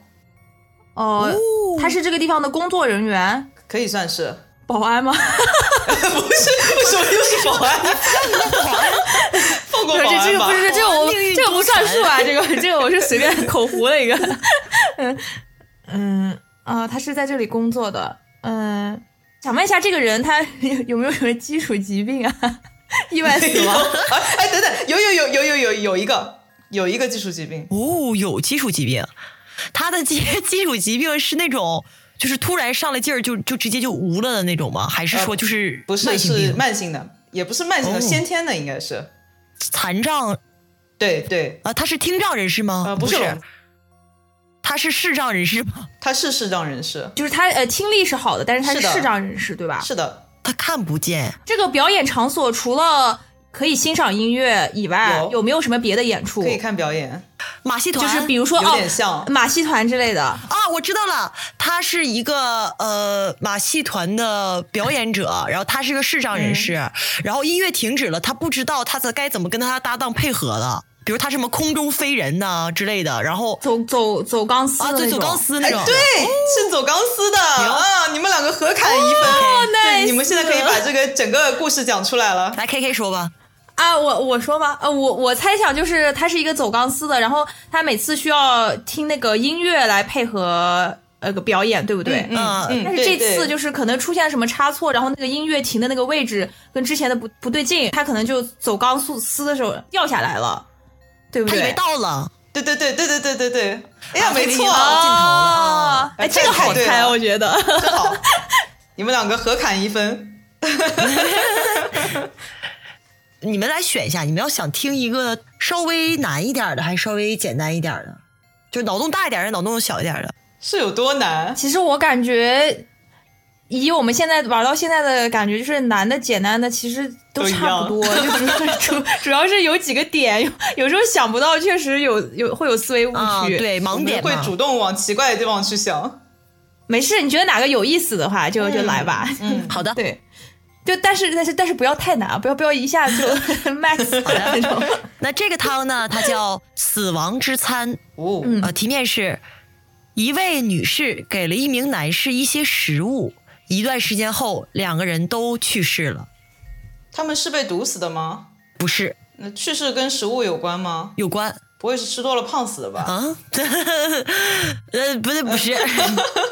S3: 哦、他是这个地方的工作人员、
S2: 可以算是。
S3: 保安吗？
S2: 不是，为什么又是保安？ 放过保
S3: 这这
S2: 安
S3: 个
S2: 吧
S3: 不。是这个
S1: 保
S3: 我
S1: 安命运
S3: 这个不
S1: 多
S3: 算
S1: 舛
S3: 数啊，这个这个我是随便口胡了一个。 嗯嗯啊，他是在这里工作的。嗯，想问一下，这个人他 有有没有什么基础疾病啊？意 外死亡？
S2: 哎哎，等等，有有有有有有有一个有一个技术疾病，
S1: 哦，有基础疾病，他的基 基础疾病是那种就是突然上来劲儿就就直接就无了的那种吗？还是说
S2: 呃
S1: 就是
S2: 不是
S1: 慢性
S2: 是
S1: 病、
S2: 慢性的，也不是慢性的，
S1: 哦
S2: 先天的应该是。
S1: 残障
S2: 对对，
S1: 啊？他是听障人士吗？
S2: 呃，
S1: 哦不
S2: 不是聋，
S1: 他是视障人士吗？
S2: 他是视障人士，
S3: 就是他呃听力是好的，但是他是
S2: 是的
S3: 视障人士，对吧？
S2: 是的，
S1: 他看不见，
S3: 这个表演场所除了可以欣赏音乐以外，
S2: 有
S3: 有没有什么别的演出
S2: 可？以看表演，
S1: 马戏团
S3: 就是比如说
S2: 有
S3: 哦
S2: 点，像。
S3: 马戏团之类的。
S1: 啊，我知道了，他是一个呃马戏团的表演者，然后他是个视障人士，然后音乐停止了，他不知道他在该怎么跟他搭档配合了，比如他什么空中飞人呐、之类的，然后
S3: 走走走钢丝的
S1: 啊，
S3: 那
S1: 对，走
S3: 种
S1: 钢丝那
S2: 哎，
S1: 种，
S2: 对，是走钢丝的啊！你们两个合砍一分，对，
S3: nice
S2: 你们现在可以把这个整个故事讲出来 了。
S1: 来 K K 说吧，
S3: 啊，我我说吧，呃，我我猜想就是他是一个走钢丝的，然后他每次需要听那个音乐来配合呃个表演，对不对？
S1: 嗯
S2: 嗯，
S3: 但是
S2: 对
S3: 这次
S2: 对
S3: 就是可能出现什么差错，然后那个音乐停的那个位置跟之前的不不对劲，他可能就走钢丝丝的时候掉下来了，对不
S1: 他以为
S3: 对？
S1: 到了，
S2: 对对对对对对对对，哎呀，
S1: 啊
S2: 没
S1: 这个
S2: 错
S1: 引导
S2: 啊，
S1: 镜头了
S3: 啊哎，
S2: 哎
S3: 这个
S2: 太
S3: 好
S2: 对
S3: 猜，
S2: 了
S3: 我觉得。
S2: 真好，你们两个合砍一分。
S1: 你们来选一下，你们要想听一个稍微难一点的，还是稍微简单一点的？就是脑洞大一点，还是脑洞小一点的？
S2: 是有多难？
S3: 其实我感觉，以我们现在玩到现在的感觉，就是难的、简单的，其实都
S2: 都一
S3: 差不
S2: 样
S3: 多，就只是 主主要是有几个点，有有时候想不到，确实有有会有思维误区。
S1: 啊，对，
S2: 我
S1: 盲
S2: 们
S1: 点
S2: 会
S1: 嘛。
S2: 主动往奇怪的地方去想。
S3: 没事，你觉得哪个有意思的话，就就来吧。
S2: 嗯，
S1: 好的，
S3: 对，就但是但是但是不要太难，啊不要不要 一下就 max 那种。
S1: 那这个汤呢，它叫死亡之餐。
S2: 哦，
S3: 嗯
S1: 呃，题面是一位女士给了一名男士一些食物，一段时间后，两个人都去世了。
S2: 他们是被毒死的吗？
S1: 不是
S2: 那去世跟食物有关吗？
S1: 有关
S2: 不会是吃多了胖死的 吧？
S1: 啊？呃，不对，不是，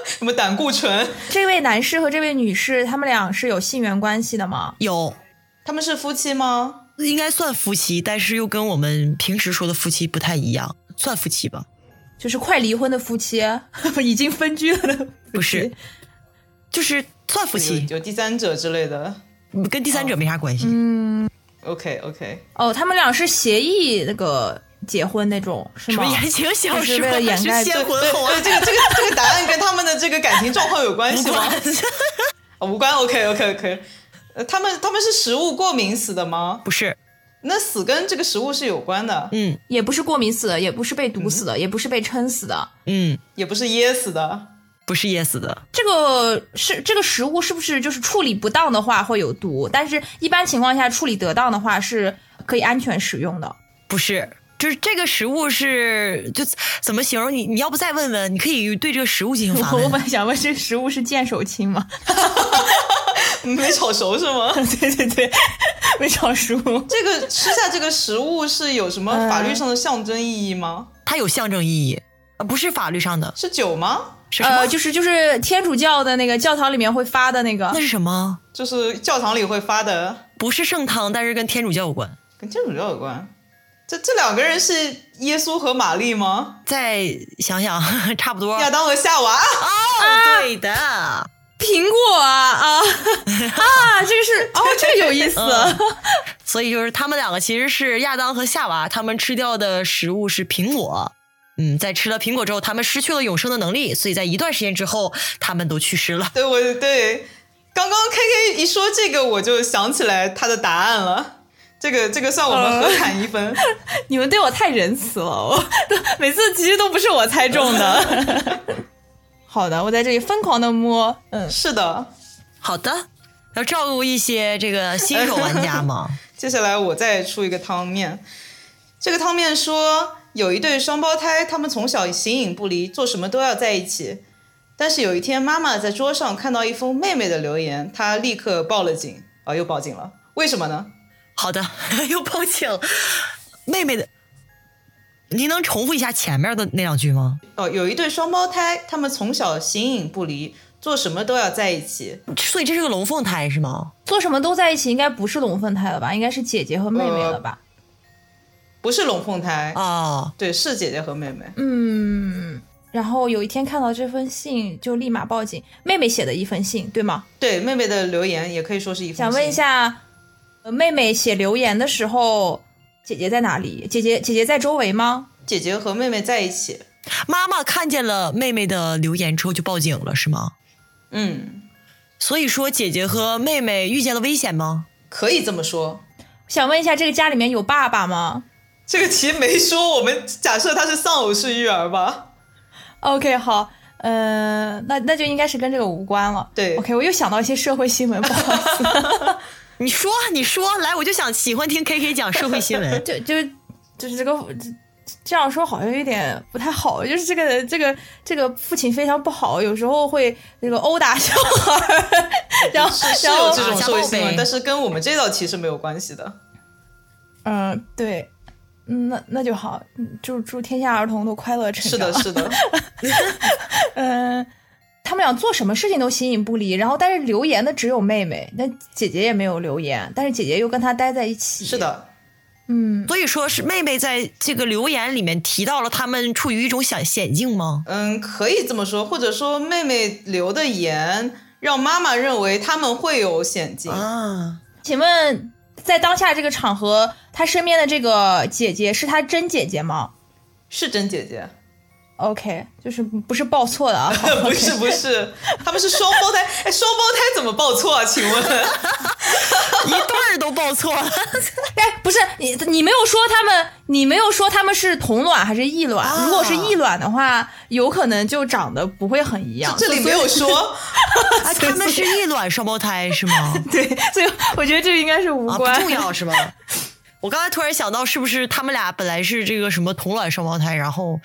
S2: 什么胆固醇？
S3: 这位男士和这位女士，他们俩是有性缘关系的吗？
S1: 有
S2: 他们是夫妻吗？
S1: 应该算夫妻，但是又跟我们平时说的夫妻不太一样，算夫妻吧？
S3: 就是快离婚的夫妻， 已经分居了的。
S1: 不是，就是算夫妻，
S2: 有有第三者之类的。
S1: 跟第三者没啥关系。
S3: 嗯，
S2: OK OK，
S3: 哦，他们俩是协议那个结婚那种，是
S1: 什么
S3: 吗？
S1: 言情小
S3: 就是
S1: 说
S3: 为了掩盖
S1: 嗯是先
S3: 对
S1: 婚后啊爱
S2: 对这个这个这个答案跟他们的这个感情状况有关
S1: 无
S2: 系吗？
S1: 关，
S2: 啊无关。OK OK OK，呃，他们他们是食物过敏死的吗？
S1: 不是，
S2: 那死跟这个食物是有关的，
S1: 嗯
S3: 也不是过敏死的，也不是被毒死的，也不是被撑死的。
S1: 嗯，
S2: 也不是噎死的。
S1: 不是噎死的。
S3: 这个是这个食物是不是就是处理不当的话会有毒？但是一般情况下处理得当的话是可以安全使用的。
S1: 不是，就是这个食物是就怎么形容你？你要不再问问，你可以对这个食物进行发
S3: 我我本
S1: 问。
S3: 来想问，这食物是见手 青吗？
S2: 没炒熟是吗？
S3: 对对对，没炒熟。
S2: 这个吃下这个食物是有什么法律上的象征意义吗？
S1: 它有象征意义，呃，不是法律上的，
S2: 是酒吗？
S1: 是什么？
S3: 呃，就是就是天主教的那个教堂里面会发的那个
S1: 那，是什么？
S2: 就是教堂里会发的，
S1: 不是圣汤，但是跟天主教有关。
S2: 跟天主教有关。这这两个人是耶稣和玛丽吗？
S1: 再想想， 差不多。
S2: 亚当和夏娃？
S1: 哦，对的，
S3: 苹果啊 啊啊！这个是哦，这个有意思。
S1: 嗯所以就是他们两个其实是亚当和夏娃，他们吃掉的食物是苹果。嗯，在吃了苹果之后，他们失去了永生的能力，所以在一段时间之后，他们都去世了。
S2: 对，我对，刚刚 K K 一说这个，我就想起来他的答案了。这个这个算我们合砍一分，
S3: 你们对我太仁慈了，我 都每次其实都不是我猜中的。 好的，我在这里疯狂的摸，嗯，
S2: 是的。
S1: 好的，要照顾一些这个新手玩家嘛。
S2: 接下来我再出一个汤面，这个汤面说有一对双胞胎，他们从小形影不离，做什么都要在一起。但是有一天，妈妈在桌上看到一封妹妹的留言，她立刻报了警啊、又报警了。为什么呢？
S1: 好的， 又报警了。妹妹的，您能重复一下前面的那两句吗？
S2: 哦，有一对双胞胎，他们从小形影不离，做什么都要在一起。
S1: 所以这是个龙凤胎是吗？
S3: 做什么都在一起，应该不是龙凤胎了吧？应该是姐姐和妹妹了吧？
S2: 不是龙凤胎，
S1: 哦，
S2: 对，是姐姐和妹
S3: 呃
S2: 妹。
S3: 嗯。然后有一天看到这封信，就立马报警。妹妹写的一封信，对吗？
S2: 对妹妹的留言也可以说是一封
S3: 想问一
S2: 信，
S3: 下，呃妹妹写留言的时候，姐姐在哪里？姐姐姐姐在周围吗？
S2: 姐姐和妹妹在一起，
S1: 妈妈看见了妹妹的留言之后就报警了是吗？
S2: 嗯，
S1: 所以说姐姐和妹妹遇见了危险吗？
S2: 可以这么说。
S3: 想问一下，这个家里面有爸爸吗
S2: 这个题没说，我们假设她是丧偶式育儿吧。
S3: ？OK，好，呃，那那就应该是跟这个无关了。
S2: 对
S3: ，OK，我又想到一些社会新闻，不好意思。
S1: 你说，你说，来，我就想喜欢听 K K 讲社会新闻。
S3: 就就就是这个这样说好像有点不太好，就是这个这个这个父亲非常不好，有时候会那个殴打小孩儿， 然后
S2: 是是
S3: 然
S2: 有
S3: 后
S2: 这种社会新
S1: 家暴呗
S2: 闻，但是跟我们这道题是没有关系的。
S3: 嗯、对，嗯那那就好，嗯祝祝天下儿童都快乐成
S2: 是
S3: 长。
S2: 的，是的，
S3: 嗯、他们俩做什么事情都形影不离，然后但是留言的只有妹妹，那姐姐也没有留言，但是姐姐又跟他待在一起。
S2: 是，的，
S3: 嗯，
S1: 所以说是妹妹在这个留言里面提到了他们处于一种想险境吗？
S2: 嗯，可以这么说，或者说妹妹留的言让妈妈认为他们会有险境。
S1: 啊，
S3: 请问在当下这个场合，他身边的这个姐姐是他真姐姐吗
S2: 是真姐姐，
S3: ？OK，就是不是报错的 啊？
S2: 不是不是，他们是双胞胎，哎，双胞胎怎么报错啊？请问？
S1: 一对儿都报错 了，
S3: 哎，不是你，你没有说他们，你没有说他们是同卵还是异卵。
S1: 啊
S3: 如果是异卵的话，有可能就长得不会很一样。
S2: 这里没有说，
S1: 哎他们是异卵双胞胎是吗？
S3: 对，所以我觉得这个应该是无
S1: 啊，不
S3: 关。
S1: 重要是吧？ 我刚才突然想到，是不是他们俩本来是这个什么同卵双胞胎，然后，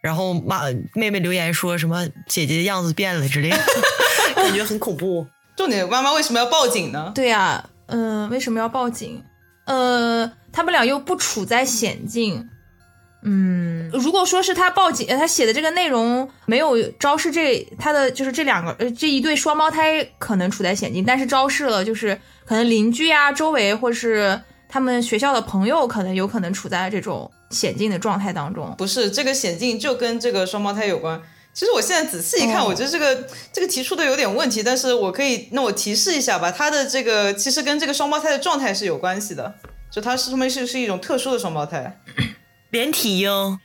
S1: 然后妈妹妹留言说什么姐姐的样子变了之类的， 感觉很恐怖。
S2: 重点妈妈为什么要报警呢？
S3: 对呀、嗯、为什么要报警？呃，他们俩又不处在险境。嗯，如果说是他报警，呃他写的这个内容没有昭示这他的就是这两个呃这一对双胞胎可能处在险境，但是昭示了就是可能邻居啊、周围或是他们学校的朋友可能有可能处在这种险境的状态 当中。
S2: 不是这个险境就跟这个双胞胎有关。其实我现在仔细一看，
S3: 哦
S2: 我觉得这个这个提出的有点问题，但是我可以，那我提示一下吧，它的这个其实跟这个双胞胎的状态是有关系的，就它是他们是是一种特殊的双胞胎，
S1: 连体婴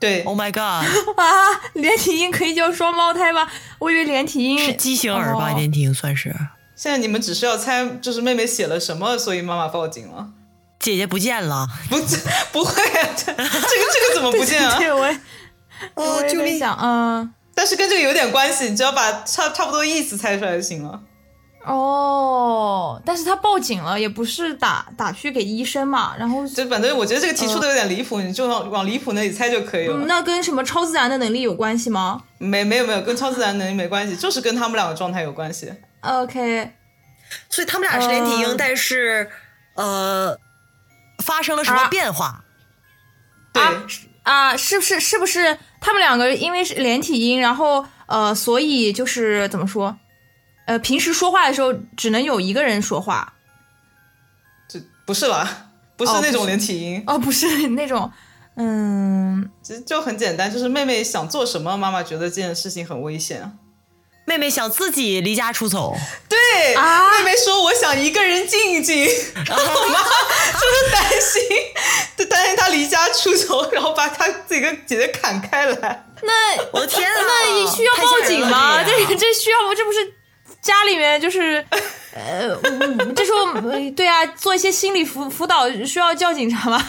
S2: 对，
S1: ，Oh my god，
S3: 啊，连体婴可以叫双胞胎吗？我以为连体婴
S1: 是畸形儿 吧？
S3: 哦
S1: 连体婴算是
S2: 现在你们只是要猜，就是妹妹写了什么，所以妈妈报警 了。
S1: 姐姐不见了，
S2: 不，这不会啊，这这个这个怎么不见啊？
S3: 对，我也
S1: 哦
S3: 我也
S1: 救
S3: 在
S1: 命
S3: 想，嗯、
S2: 但是跟这个有点关系，你只要把差差不多意思猜出来就行了。
S3: 哦，但是他报警了，也不是打打去给医生嘛，然后、
S2: 就反正我觉得这个提出的有点离谱，你就往往离谱那里猜就可以了。
S3: 嗯那跟什么超自然的能力有关系吗
S2: 没没有没有，跟超自然能力没关系，就是跟他们两个状态有关系。
S3: ？OK，
S1: 所以他们俩是连体婴，
S3: 嗯
S1: 但是呃，发生了什么
S3: 啊
S1: 变化？
S2: 对，
S3: 啊啊，是不是是不是他们两个因为是连体婴，然后呃，所以就是怎么说，呃，平时说话的时候只能有一个人说话，
S2: 这不是啦，不是
S3: 哦
S2: 那
S3: 不
S2: 种
S3: 是
S2: 连体婴，
S3: 哦，不是那种，嗯，
S2: 其实就很简单，就是妹妹想做什么，妈妈觉得这件事情很危险。
S1: 妹妹想自己离家出 走，
S2: 对，
S3: 啊
S2: 妹妹说我想一个人静一 静，然后妈就是担心，就担心她离家出走，然后把她自己个姐姐砍开来。
S3: 那
S1: 我的天哪！啊
S3: 那你需要
S1: 太吓
S3: 报
S1: 人
S3: 警
S1: 了
S3: 吗？
S1: 这
S3: 这
S1: 个
S3: 这需要吗？这不是家里面就是，呃，嗯这时候呃对啊，做一些心理辅辅导需要叫 警察吗？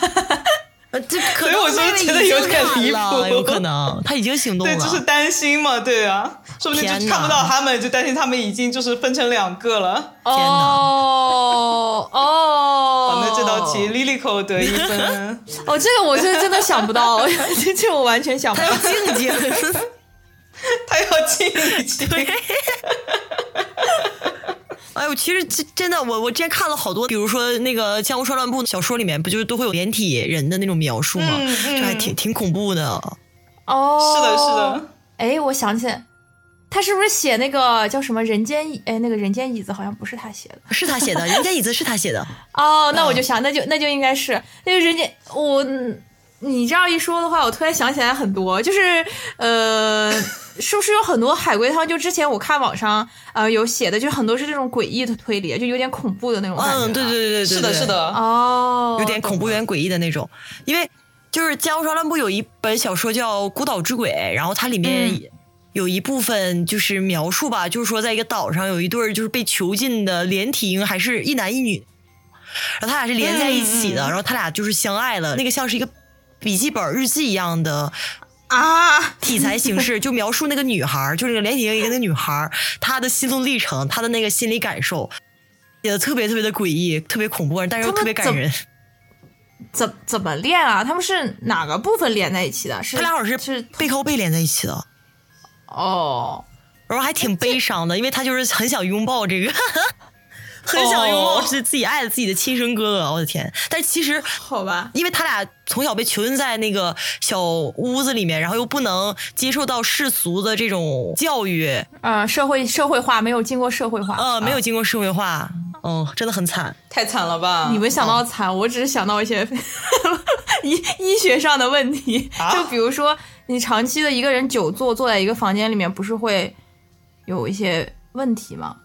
S1: 呃这可
S2: 所以
S1: 能
S2: 我就
S1: 妹妹
S2: 觉得
S1: 已
S2: 有
S1: 经
S2: 点
S1: 看
S2: 离
S1: 了
S2: 谱
S1: 有可能他已经行动
S2: 对，
S1: 了，
S2: 就是担心嘛，对啊，说不定就
S1: 天
S2: 看不
S1: 哪
S2: 到他们，就担心他们已经就是分成两个了。
S1: 哪
S3: 哦哦
S2: 好，，那这道题 Lilico 得一 分。
S3: 哦，这个我是真的想 不到，这这我完全想不
S1: 他
S3: 到
S1: 要。 静静。
S2: 他要进一进，
S1: 哎呦，其实真真的，我我之前看了好多，比如说那个《江湖川乱步》小说里面，不就是都会有连体人的那种描述吗？
S2: 嗯嗯
S1: 这还挺挺恐怖的。
S3: 哦，
S2: 是的，是的。。
S3: 哎，我想起来，他是不是写那个叫什么《人间椅》？哎，那个《人间椅子》好像不是他写的。
S1: 是他写 的，人家椅子是他写的，
S3: 哦，那我
S1: 嗯
S3: 就想，那就那就应该是那个人家我，嗯你这样一说的话，我突然想起来很多，就是呃，是不是有很多海龟汤？就之前我看网上呃有写的，就很多是这种诡异的推理，就有点恐怖的那种感觉。啊
S1: 嗯，对对。对对，
S2: 啊是的，
S1: 对
S2: 是。的，
S3: 哦，
S1: 有点恐怖、有点诡异的那种。因为就是《江户川乱步》有一本小说叫《孤岛之鬼》，然后它里面
S3: 嗯
S1: 有一部分就是描述吧，就是说在一个岛上有一对儿就是被囚禁的连体婴，还是一男一女，然后他俩是连在一起的，
S2: 嗯嗯
S1: 然后他俩就是相爱了，那个像是一个。笔记本日记一样的
S3: 啊！
S1: 题材形式， 就描述那个女孩儿，就是那个连体婴一个那个女孩儿，她的心路历程，她的那个心理感受，写的特别特别的诡异，特别恐怖，但是又
S3: 他们
S1: 特别感
S3: 怎
S1: 人。
S3: 怎怎么练啊？他们是哪个部分连在一起的？是
S1: 他俩好像是
S3: 是
S1: 背靠背连在一起的，
S3: 哦，
S1: 然后还挺悲伤的，因为他就是很想拥抱这个， 很想拥抱是自己爱的自己的亲生哥哥。我的天！但其实，
S3: 好吧，
S1: 因为他俩从小被囚禁在那个小屋子里面，然后又不能接受到世俗的这种教育，
S3: 呃，社会社会化没有经过社会化，
S1: 呃，没有经过社会化，嗯，真的很惨。
S2: 太惨了吧？
S3: 你们想到惨，我只是想到一些 医医学上的问题，
S2: 啊
S3: 就比如说你长期的一个人久坐，坐在一个房间里面，不是会有一些问题吗？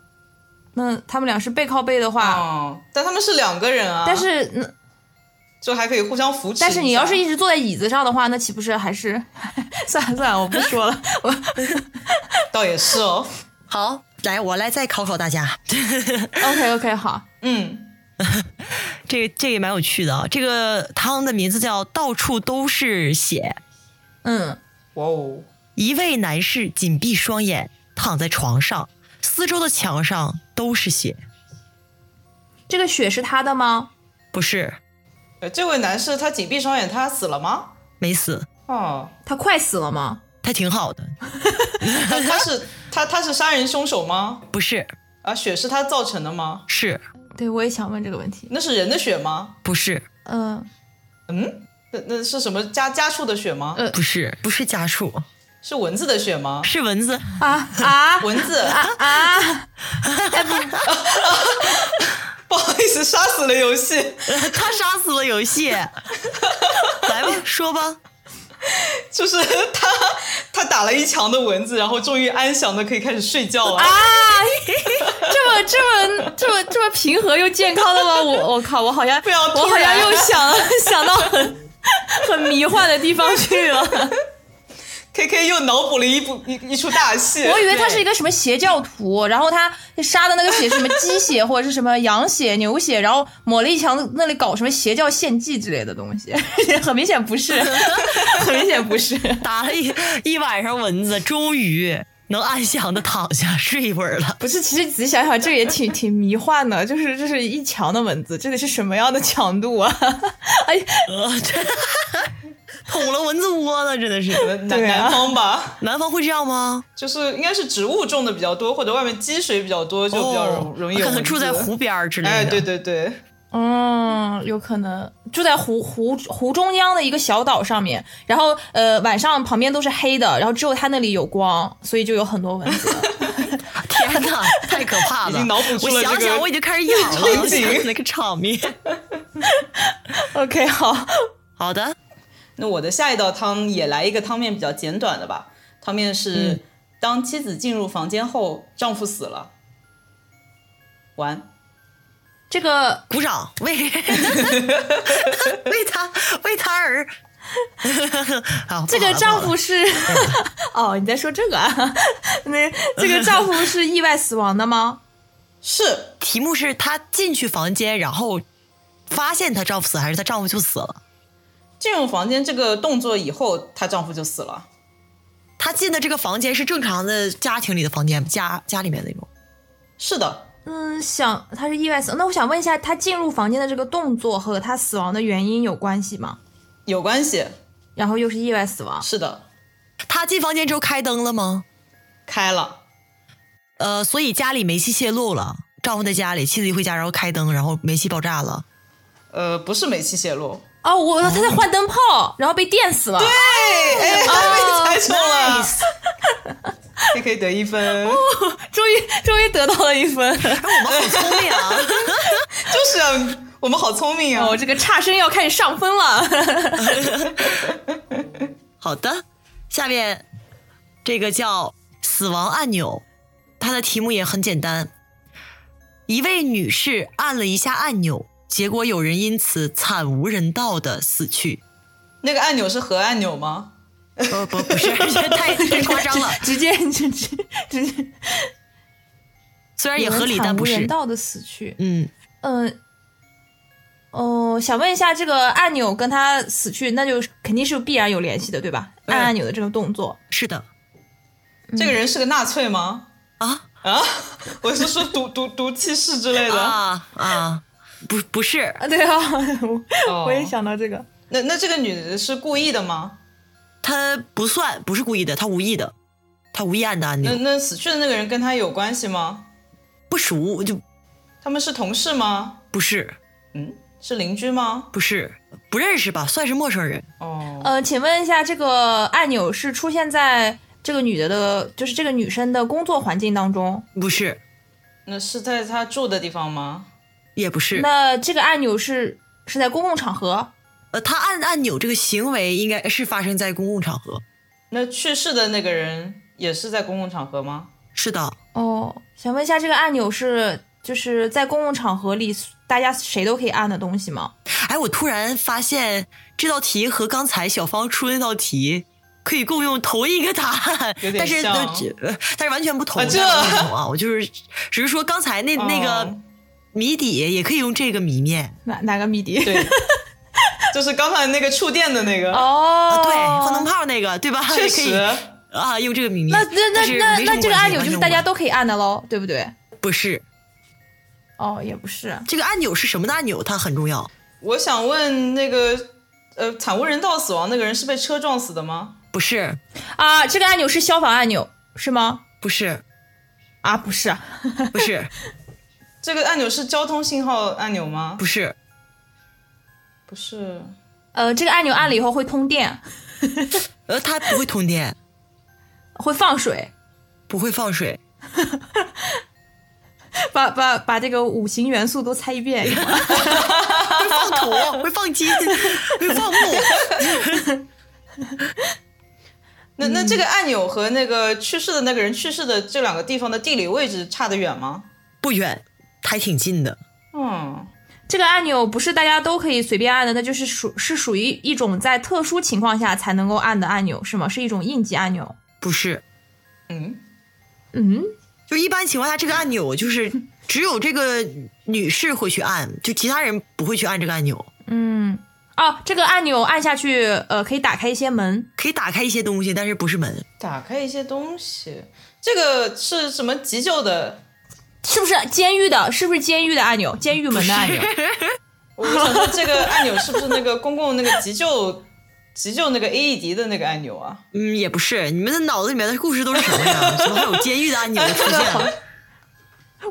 S3: 那他们俩是背靠背的话，
S2: 哦，但他们是两个人啊，
S3: 但是那
S2: 就还可以互相扶持一下。
S3: 但是你要是一直坐在椅子上的话，那岂不是还 是算了算了，我不说了，我
S2: 倒也是 哦，
S1: 好，来我来再考考大家，
S3: OK OK 好，
S2: 嗯，
S1: 这个这个也蛮有趣的啊。这个汤的名字叫到处都是血，
S3: 嗯，
S2: 哇哦，
S1: 一位男士紧闭双眼躺在床上，四周的墙上都是血，
S3: 这个血是他的吗？
S1: 不是
S2: 呃这位男士他紧闭双眼，他死了吗？
S1: 没死，
S2: 哦，
S3: 他快死了吗？
S1: 他挺好的，
S2: 那啊他是他他是杀人凶手吗？
S1: 不是
S2: 啊，血是他造成的吗？
S1: 是
S3: 对，我也想问这个问题。
S2: 那是人的血吗？
S1: 不是
S3: 嗯，
S2: 嗯，那那是什么家家畜的血吗？
S3: 呃
S1: 不是不是家畜，
S2: 是蚊子的血吗？
S1: 是蚊子，
S3: 啊啊
S2: 蚊子，
S3: 啊！
S2: 不好意思，杀死了游戏。
S1: 他杀死了游 戏，来吧说吧，
S2: 就是他 他打了一墙的蚊子，然后终于安详的可以开始睡觉了。
S3: 啊，这么这么这么这么平和又健康的吗？我我靠，我好像
S2: 非常突然
S3: 我好像又想想到很很迷幻的地方去 了。
S2: K K 又脑补了一部一一出大戏。
S3: 我以为他是一个什么邪教徒，然后他杀的那个血是什么鸡血或者是什么羊血、牛血，然后抹了一墙那里搞什么邪教献祭之类的东西， 很明显不是， 很明显不是。
S1: 打了一一晚上蚊子，终于能安详的躺下睡一会儿了。
S3: 不是，其实仔细想想，这个也挺挺迷幻的，就是这是一墙的文字，这得是什么样的强度啊？
S1: 呃，这捅了蚊子窝呢，真的是。
S2: 呃南
S3: 对啊
S2: 南方吧，
S1: 南方会这样吗？
S2: 就是应该是植物种的比较多，或者外面积水比较多，就比较容、
S1: 哦
S2: 容易有
S1: 可
S2: 蚊子。
S1: 能住在湖边儿之类的。
S2: 哎，对对对，
S3: 嗯，有可能住在湖湖湖中央的一个小岛上面，然后呃晚上旁边都是黑的，然后只有它那里有光，所以就有很多蚊子。
S1: 天哪，太可怕了！
S2: 已经脑补出了
S1: 我想
S2: 这个
S1: 想，我已经开始痒了，
S2: 场景
S1: 想起那个场面。
S3: OK，好，
S1: 好的，
S2: 那我的下一道汤也来一个汤面比较简短的吧。汤面是、
S1: 嗯
S2: 当妻子进入房间后，丈夫死了。完，
S3: 这个
S1: 鼓掌，为 为他为他而。 好，
S3: 这个
S1: 不好了
S3: 丈夫是 哦，你在说这个啊？ 那这个丈夫是意外死亡的吗？
S2: 是
S1: 题目是她进去房间，然后发现她丈夫死，还是她丈夫就死了？
S2: 进入房间这个动作以后，她丈夫就死了。
S1: 她进的这个房间是正常的家庭里的房间吗，家家里面那种。
S2: 是的，
S3: 嗯，想他是意外死亡，那我想问一下，他进入房间的这个动作和他死亡的原因有关系吗？
S2: 有关系。
S3: 然后又是意外死亡，
S2: 是的，
S1: 她进房间之后开灯了吗？
S2: 开了。
S1: 呃，所以家里煤气泄漏了，丈夫在家里，妻子一回家，然后开灯，然后煤气爆炸了。
S2: 呃，不是煤气泄漏，
S3: 哦，我他在换灯泡，然后被电死了。对，
S2: 哎，
S3: 哦
S2: 被猜中了，K K 得一分，
S3: 终于终于得到了一分。
S1: 我们好聪明啊！
S2: 就是啊，我们好聪明啊
S3: 哦，，这个差生要开始上分了。
S1: 好的，下面这个叫“死亡按钮”，它的题目也很简单。一位女士按了一下按钮，结果有人因此惨无人道的死去。
S2: 那个按钮是核按钮吗？
S1: 呃，不，不是，这太太夸张了。
S3: 直接直接直接
S1: 虽然也合理，但不
S3: 有人惨无人
S1: 是。
S3: 道的死去。
S1: 嗯，
S3: 嗯，哦，想问一下，这个按钮跟他死去，那就肯定是必然有联系的，对吧？
S2: 对
S3: 按按钮的这个动作，
S1: 是的
S2: 这个人是个纳粹吗？
S1: 啊
S2: 啊， 我是说毒毒毒气室之类的。
S1: 啊啊，不，不是，
S3: 啊，对啊， 我、
S2: 哦
S3: 我也想到这个。
S2: 那那这个女的是故意的吗？
S1: 她不算，不是故意的，她无意的，她无意按的按
S2: 那
S1: 钮，
S2: 那死去的那个人跟她有关系吗？
S1: 不熟就
S2: 他们是同事吗？
S1: 不是，
S2: 嗯，是邻居吗？
S1: 不是，不认识吧，算是陌生人。
S2: 哦，
S3: 呃，请问一下，这个按钮是出现在这个女的的，就是这个女生的工作环境当中？
S1: 不是，
S2: 那是在她住的地方吗？
S1: 也不是。
S3: 那这个按钮是是在公共场合？
S1: 呃，他按按钮这个行为应该是发生在公共场合。
S2: 那去世的那个人也是在公共场合吗？
S1: 是的，
S3: 哦，想问一下，这个按钮是就是在公共场合里大家谁都可以按的东西吗？
S1: 哎，我突然发现这道题和刚才小芳出那道题可以共用同一个答案，
S2: 有点
S1: 但是
S2: 像
S1: 呃但是完全不同，
S2: 啊这
S1: 完全不同啊！我就是只是说刚才那、那个
S2: 哦
S1: 谜底也可以用这个谜面
S3: 哪哪个谜底？
S2: 对，就是刚才那个触电的那个，
S1: 啊，
S3: 哦，
S1: 对，放灯泡那个对吧？
S2: 确
S1: 可以
S2: 实，
S1: 啊，用这个谜面。
S3: 那
S1: 但
S3: 那那
S1: 是
S3: 那
S1: 没什么
S3: 那这个
S1: 关系
S3: 按钮就是大家
S1: 完全
S3: 都可以按的喽，对不对？
S1: 不是
S3: 哦，也不是，
S1: 这个按钮是什么的按钮，它很重要。
S2: 我想问那个呃，惨无人道死亡那个人是被车撞死的吗？
S1: 不是，
S3: 啊，这个按钮是消防按钮是吗？
S1: 不是，
S3: 啊，不是，
S1: 不是，
S2: 这个按钮是交通信号按钮吗？
S1: 不是，
S2: 不是，
S3: 呃，这个按钮按了以后会通电，
S1: 呃，它不会通电，
S3: 会放水，
S1: 不会放水。
S3: 把把把这个五行元素都猜一遍。
S1: 会放土， 会放金，会放木。
S2: 那
S1: 嗯
S2: 那这个按钮和那个去世的那个人去世的这两个地方的地理位置差得远吗？
S1: 不远，还挺近的。
S2: 嗯，
S3: 这个按钮不是大家都可以随便按的，那就是属是属于一种在特殊情况下才能够按的按钮，是吗？是一种应急按钮。
S1: 不是，
S2: 嗯，
S3: 嗯，
S1: 就一般情况下，这个按钮就是只有这个女士会去按，就其他人不会去按这个按钮。
S3: 嗯，哦，这个按钮按下去，呃，可以打开一些门。
S1: 可以打开一些东西，但是不是门。
S2: 打开一些东西，这个是什么急救的？
S3: 是不是监狱的？是不是监狱的按钮？监狱门的 按钮？
S2: 我想说这个按钮是不是那个公共那个急救急救那个 AED 的那个按钮啊？
S1: 嗯，也不是。你们的脑子里面的故事都是什么呀？ 怎么还有监狱的按钮出现 了？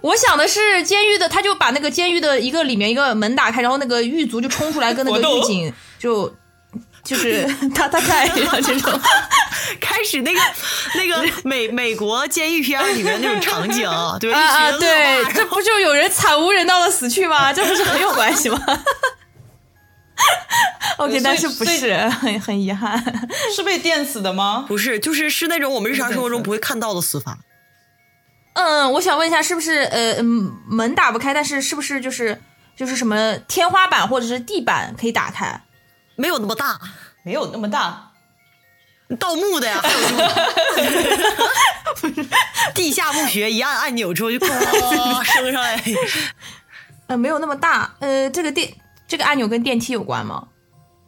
S3: 我想的是监狱的，他就把那个监狱的一个里面一个门打开，然后那个狱卒就冲出来，跟那个
S2: 搏斗
S3: 狱警就就是 他他太这种。
S1: 开始那个那个美美国监狱片儿里面那种场景，对吧？
S3: 啊
S1: 一
S3: 啊，
S1: 群恶
S3: 对
S1: 霸，
S3: 这不就有人惨无人道的死 去吗？这不是很有关系吗 ？OK，
S2: 对
S3: 但
S2: 呃所
S3: 是
S2: 以
S3: 不
S2: 所以
S3: 是很很遗憾？
S2: 是被电死的吗？
S1: 不是，就是是那种我们日常生活中不会看到的死法。
S3: 嗯，我想问一下，是不是呃嗯门打不开，但是是不是就是就是什么天花板或者是地板可以打开？
S1: 没有那么大，
S2: 没有那么大，
S1: 盗墓的呀，还有这种 地下墓穴，一按按钮之后就
S2: 哦
S1: 咣升上来，
S3: 呃，没有那么大。呃，这个电这个按钮跟电梯有关吗？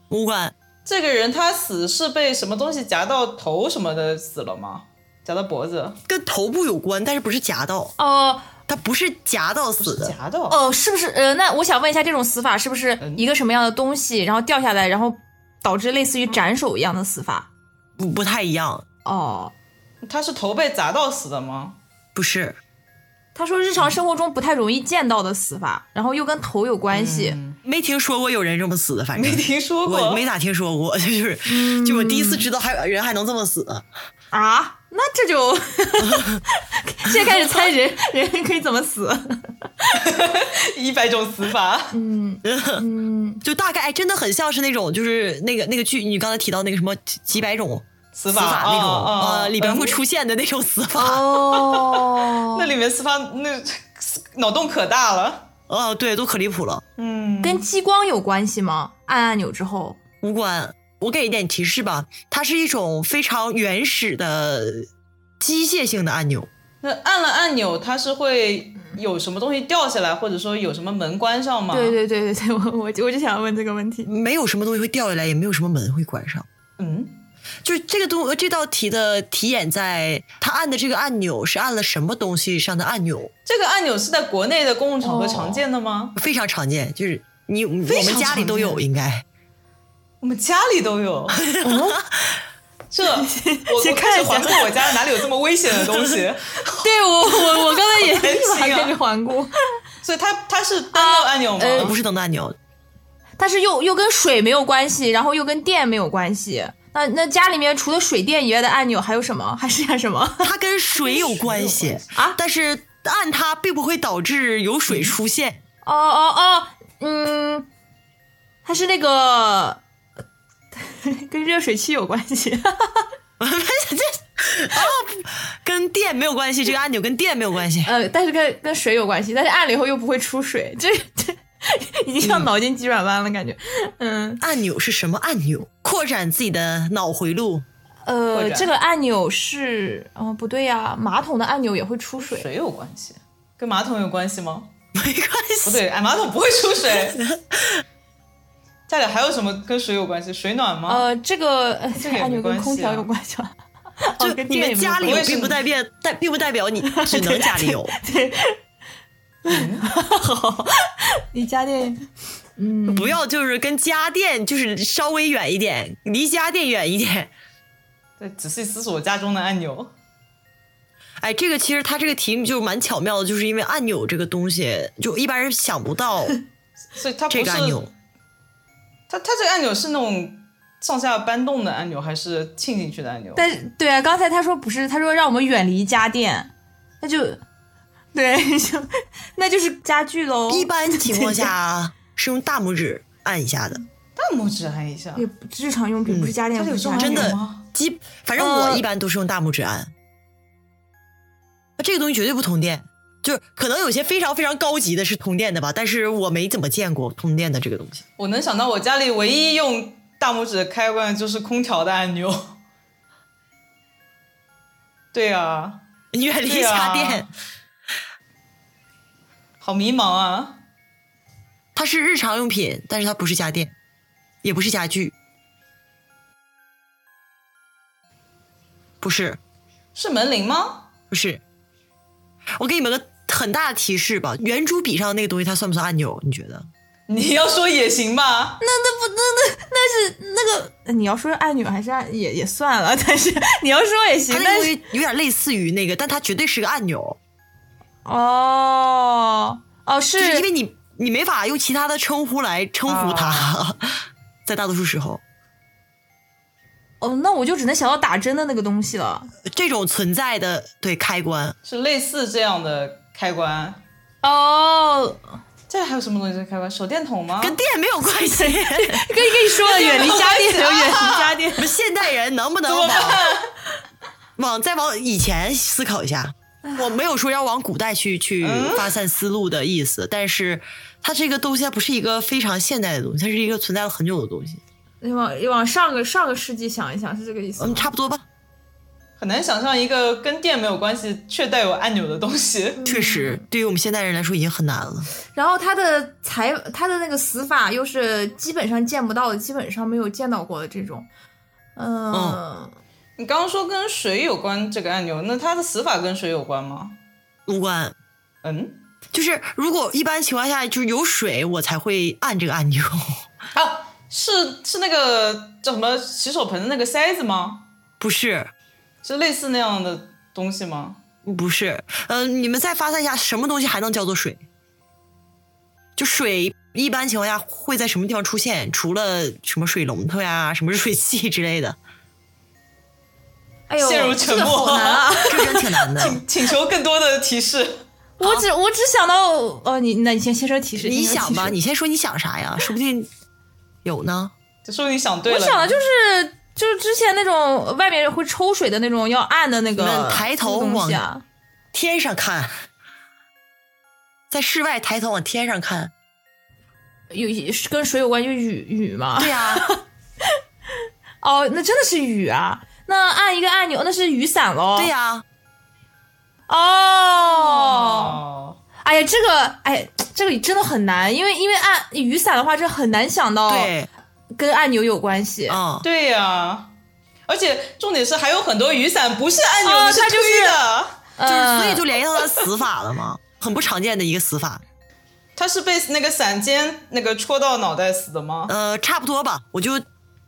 S1: 无关，
S2: 这个人他死是被什么东西夹到头什么的死了吗？夹到脖子？
S1: 跟头部有关，但是不是夹到，
S3: 哦
S1: 它不是夹到死的，
S2: 夹到？
S3: 哦，是不是？呃，那我想问一下，这种死法是不是一个什么样的东西，然后掉下来，然后导致类似于斩首一样的死法？
S1: 不不太一样，
S3: 哦，
S2: 他是头被砸到死的吗？
S1: 不是，
S3: 他说日常生活中不太容易见到的死法，然后又跟头有关系。
S1: 没听说过有人这么死的，反正
S2: 没听说
S1: 嗯
S2: 过，嗯
S1: 我没咋听说过， 就是、就我第一次知道还有人还能这么死，
S3: 啊，那这就 现在开始猜人人可以怎么死？
S2: 一百种死法。
S3: 嗯
S1: 就大概哎真的很像是那种就是那个那个剧你刚才提到那个什么几几百种。
S2: 死
S1: 死
S2: 法
S1: 法那种，
S2: 哦哦
S1: 呃，里边会
S2: 嗯
S1: 出现的那种死法，
S3: 哦
S2: 那里面死法那脑洞可大了。
S1: 哦，对，都可离谱了，
S2: 嗯，
S3: 跟激光有关系吗？按按钮之后，
S1: 无关。我给一点提示吧，它是一种非常原始的机械性的按钮，
S2: 那按了按钮，它是会有什么东西掉下来，或者说有什么门关上吗？
S3: 对对对对对，我我就我就想问这个问题。
S2: 哦
S1: 没有什么东西会掉下来，也没有什么门会关上。
S2: 嗯，
S1: 就是这个东这道题的题眼在它按的这个按钮是按了什么东西上的按钮，
S2: 这个按钮是在国内的公共场合
S3: 哦
S2: 常见的吗？
S1: 非常常见，就是你我
S2: 非
S1: 们
S2: 常
S1: 家里都有
S2: 常
S1: 应该。
S2: 我们家里都 有。哦这我我
S3: 先
S2: 开
S3: 看
S2: 始
S3: 一下
S2: 环顾我家哪里有这么危险的东 西，
S3: 对我我我刚才也立马
S2: 担心啊
S3: 开始环顾，
S2: 所以它它是单个按钮吗？
S3: 呃
S1: 不是灯的按钮，
S3: 但是又又跟水没有关系，然后又跟电没有关系。那那家里面除了水电以外的按钮还有什么？还剩下 什么？
S1: 它跟水有关
S2: 水 有
S1: 系
S2: 关
S3: 啊
S1: 但是按它并不会导致有水出现。
S3: 哦哦哦，嗯，它是那个 跟热水器有关系。
S1: 这啊，跟电没有关系，这个按钮跟电没有关系。
S3: 呃，但是跟跟水有关系，但是按了以后又不会出水，这这已经像脑筋急转弯了感觉。嗯，
S1: 按钮是什么按钮？扩展自己的脑回路。
S2: 或
S3: 呃，
S2: 者
S3: 这个按钮是，哦，不对呀、马桶的按钮也会出水。
S2: 水有关系，跟马桶有关系吗？
S1: 没关系，
S2: 不对，哎，马桶不会出 水。家里还有什么跟水有关系？水暖吗？
S3: 呃，这个呃
S2: 个
S3: 这个
S2: 也
S3: 按钮
S2: 没
S3: 跟
S2: 关
S3: 空
S2: 系
S3: 调
S2: 啊
S3: 有关系 吧？
S1: 就
S3: 哦跟
S1: 你
S3: 电也
S1: 们
S3: 没
S1: 家
S3: 关
S1: 里
S3: 系
S1: 有，
S2: 关系
S1: 并不代表代并不代表你只能家里有，
S3: 你家 电， 嗯，
S1: 不要就是跟家电就是稍微远一点，离家电远一点。
S2: 对，仔细思索家中的按钮。
S1: 哎，这个其实它这个题目就是蛮巧妙的，就是因为按钮这个东西，就一般人想不到
S2: 所以它不
S1: 这
S2: 是
S1: 个按钮。
S2: 它它这个按钮是那种上下搬动的按钮，还是沁进去的按钮？
S3: 但是对啊，刚才他说不是，他说让我们远离家电，那就 对，就那就是哦家具喽。
S1: 一般情况 下是用大拇指按一下的，
S2: 大拇指按一下，
S3: 也不日常用品，
S1: 嗯
S3: 不是家电，
S2: 家里
S3: 不
S2: 有
S3: 是
S2: 这种按
S3: 家
S1: 真
S3: 电。
S1: 的
S2: 钮吗？
S1: 基反正
S3: 呃
S1: 我一般都是用大拇指按。那这个东西绝对不通电，就是可能有些非常非常高级的是通电的吧，但是我没怎么见过通电的这个东西。
S2: 我能想到我家里唯一用大拇指的开关的就是空调的按钮。 对啊，
S1: 远离
S2: 对啊
S1: 家电，
S2: 好迷茫啊！
S1: 它是日常用品，但是它不是家电，也不是家具，不是。
S2: 是门铃吗？
S1: 不是，我给你们个很大的提示吧，圆珠笔上那个东西，它算不算按钮？你觉得？
S2: 你要说也行吧？
S3: 那那不那那那是那个，呃你要说按钮还是按也也算了， 但是你要说也行
S1: 它，那
S3: 但
S1: 个东
S3: 是
S1: 西有点类似于那个，但它绝对是个按钮，
S3: 哦哦
S1: 就是因
S3: 是
S1: 为你你没法用其他的称呼来称呼它， 在大多数时候，
S3: 哦，那我就只能想到打针的那个东西了。
S1: 这种存在的对开关，
S2: 是类似这样的开关。
S3: 哦，
S2: 这还有什么东西是开关？手电筒吗？
S1: 跟电没有关系。
S3: 跟跟你说了，远离 家电，
S2: 没有关系啊
S3: 远离家电。
S1: 我们现代人能不能往 往再往以前思考一下？我没有说要往古代去去发散思路的意思，但是它这个东西它不是一个非常现代的东西，它是一个存在了很久的东西。
S3: 你往你往上个上个世纪想一想，是这个意思吗
S1: 嗯，？差不多吧，
S2: 很难想象一个跟电没有关系却带有按钮的东西。
S1: 确实对于我们现代人来说已经很难了。
S3: 然后它的裁，它的那个死法又是基本上见不到的，基本上没有见到过的这种。嗯，
S1: 嗯
S2: 你刚刚说跟水有关这个按钮，那它的死法跟水有关吗？
S1: 无关，
S2: 嗯，
S1: 就是如果一般情况下就是有水，我才会按这个按钮。
S2: 啊，是是那个叫什么洗手盆的那个塞子吗？
S1: 不是，
S2: 是类似那样的东西吗？
S1: 不是，呃，你们再发散一下，什么东西还能叫做水？就水一般情况下会在什么地方出现？除了什么水龙头呀、什么热水器之类 的，
S3: 哎呦，
S2: 陷入沉默
S3: 这个好难啊！
S1: 这真挺 难的。
S2: 请求更多的提示。
S3: 我只我只想到，哦，你那你先先说提示，
S1: 啊你
S3: 先说
S1: 想
S3: 提示
S1: 吧，你先说你想啥呀？说不定有呢。
S2: 就说你想对
S3: 我
S2: 了，
S3: 想的就是就是之前那种外面会抽水的那种要按的那
S1: 你
S3: 个
S1: 们抬头
S3: 那个东西啊，
S1: 天上看，在室外抬头往天上 看，
S3: 有跟水有关，就雨雨嘛。
S1: 对呀、
S3: 哦，那真的是雨啊！那按一个按钮，那是雨伞喽。
S1: 对呀、
S3: 哦，
S2: 哦，
S3: 哎呀，这个，哎，这个真的很难，因为因为按雨伞的话，这很难想到
S1: 对，
S3: 跟按钮有关系。
S1: 嗯，
S2: 对呀、而且重点是还有很多雨伞不是按钮，
S3: 哦
S2: 你是
S3: 它就是
S2: 推的，
S1: 就是所以
S3: 嗯
S1: 就联系到他死法了嘛， 很不常见的一个死法。
S2: 它是被那个伞尖那个戳到脑袋死的吗？
S1: 呃，差不多吧，我就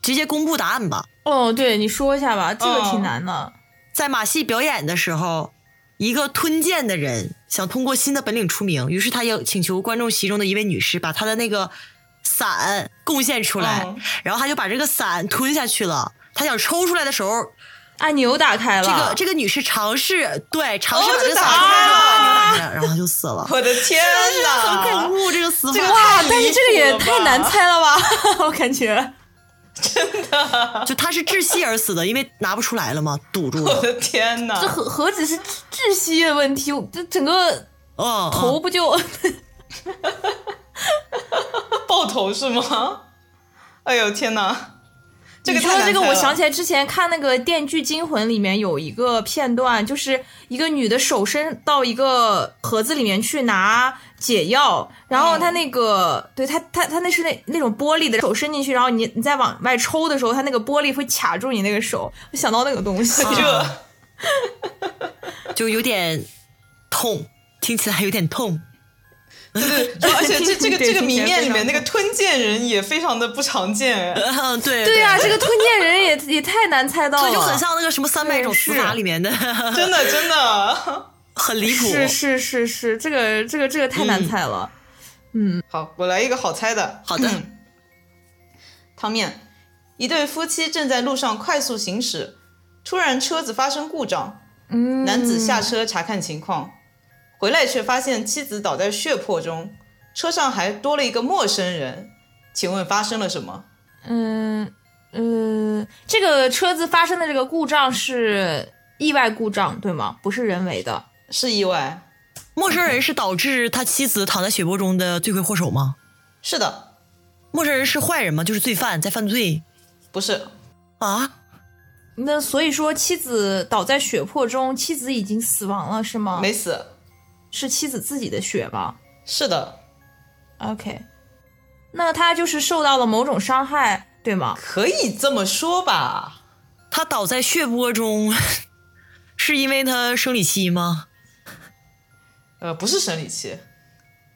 S1: 直接公布答案吧。
S3: 哦，对，你说一下吧，这个
S1: 嗯
S2: 哦
S3: 挺难的。
S1: 在马戏表演的时候，一个吞剑的人想通过新的本领出名，于是他要请求观众席中的一位女士把她的那个伞贡献出来，
S2: 嗯
S1: 然后他就把这个伞吞下去了。他想抽出来的时候，
S3: 按钮打开了，
S1: 这个这个女士尝试对尝试
S2: 哦
S1: 把这
S2: 就
S1: 个伞
S2: 打
S1: 抽出来
S2: 开
S1: 之后，
S2: 了
S1: 按钮打开了然后她就死了。
S2: 我的天
S1: 很
S2: 哪！
S1: 恐怖，这个死法。
S2: 这个
S3: 哇
S2: 太，
S3: 但
S2: 离
S3: 是
S2: 谱
S3: 这个也
S2: 了吧
S3: 太难猜了吧，我感觉。
S1: 就他是窒息而死的，因为拿不出来了 嘛，堵住
S2: 我
S1: 了。
S2: 的天
S3: 这
S2: 哪！
S3: 何何止是窒息的问题，这整个
S1: 嗯，
S3: 头不就、
S2: 爆头是吗？哎呦天哪！这个
S3: 你说
S2: 太难
S3: 这个，
S2: 猜
S3: 我
S2: 了
S3: 想起来之前看那个《电锯惊魂》里面有一个片段，就是一个女的手伸到一个盒子里面去拿解药，然后她那个、对她她她那是那那种玻璃的手伸进去，然后你你再往外抽的时候，她那个玻璃会卡住你那个手。我想到那个东西，
S2: 这、
S1: 就有点痛，听起来有点痛。
S2: 对对，而且这这个
S3: 对
S2: 这个谜面里面
S3: 听
S2: 那
S3: 起来非常
S2: 个吞剑人也非常的不常见，哎
S1: 嗯， 对
S3: 对啊呀、这个吞哦剑人也也太难猜到了，
S1: 所以就很像那个什么三百种死法里面的，
S2: 真的真的。
S1: 很离谱。
S3: 是是是是，这个这个这个太难猜了。
S2: 好，我来一个好猜的。
S1: 好的
S2: 汤面，一对夫妻正在路上快速行驶，突然车子发生故障，
S3: 嗯，
S2: 男子下车查看情况，回来却发现妻子倒在血泊中，车上还多了一个陌生人。请问发生了什么？
S3: 嗯，呃，这个车子发生的这个故障是意外故障，对吗？不是人为的。
S2: 是意外？
S1: 陌生人是导致他妻子躺在血泊中的罪魁祸首吗？
S2: 是的，
S1: 陌生人是坏人吗？就是罪犯在犯罪
S2: 不是，
S1: 啊？
S3: 那所以说，妻子倒在血泊中，妻子已经死亡了，是吗？
S2: 没死。
S3: 是妻子自己的血吧
S2: 是的，
S3: ？OK，那他就是受到了某种伤害，对吗？
S2: 可以这么说吧？
S1: 他倒在血泊中， 是因为他生理期吗？
S2: 呃，不是生理期，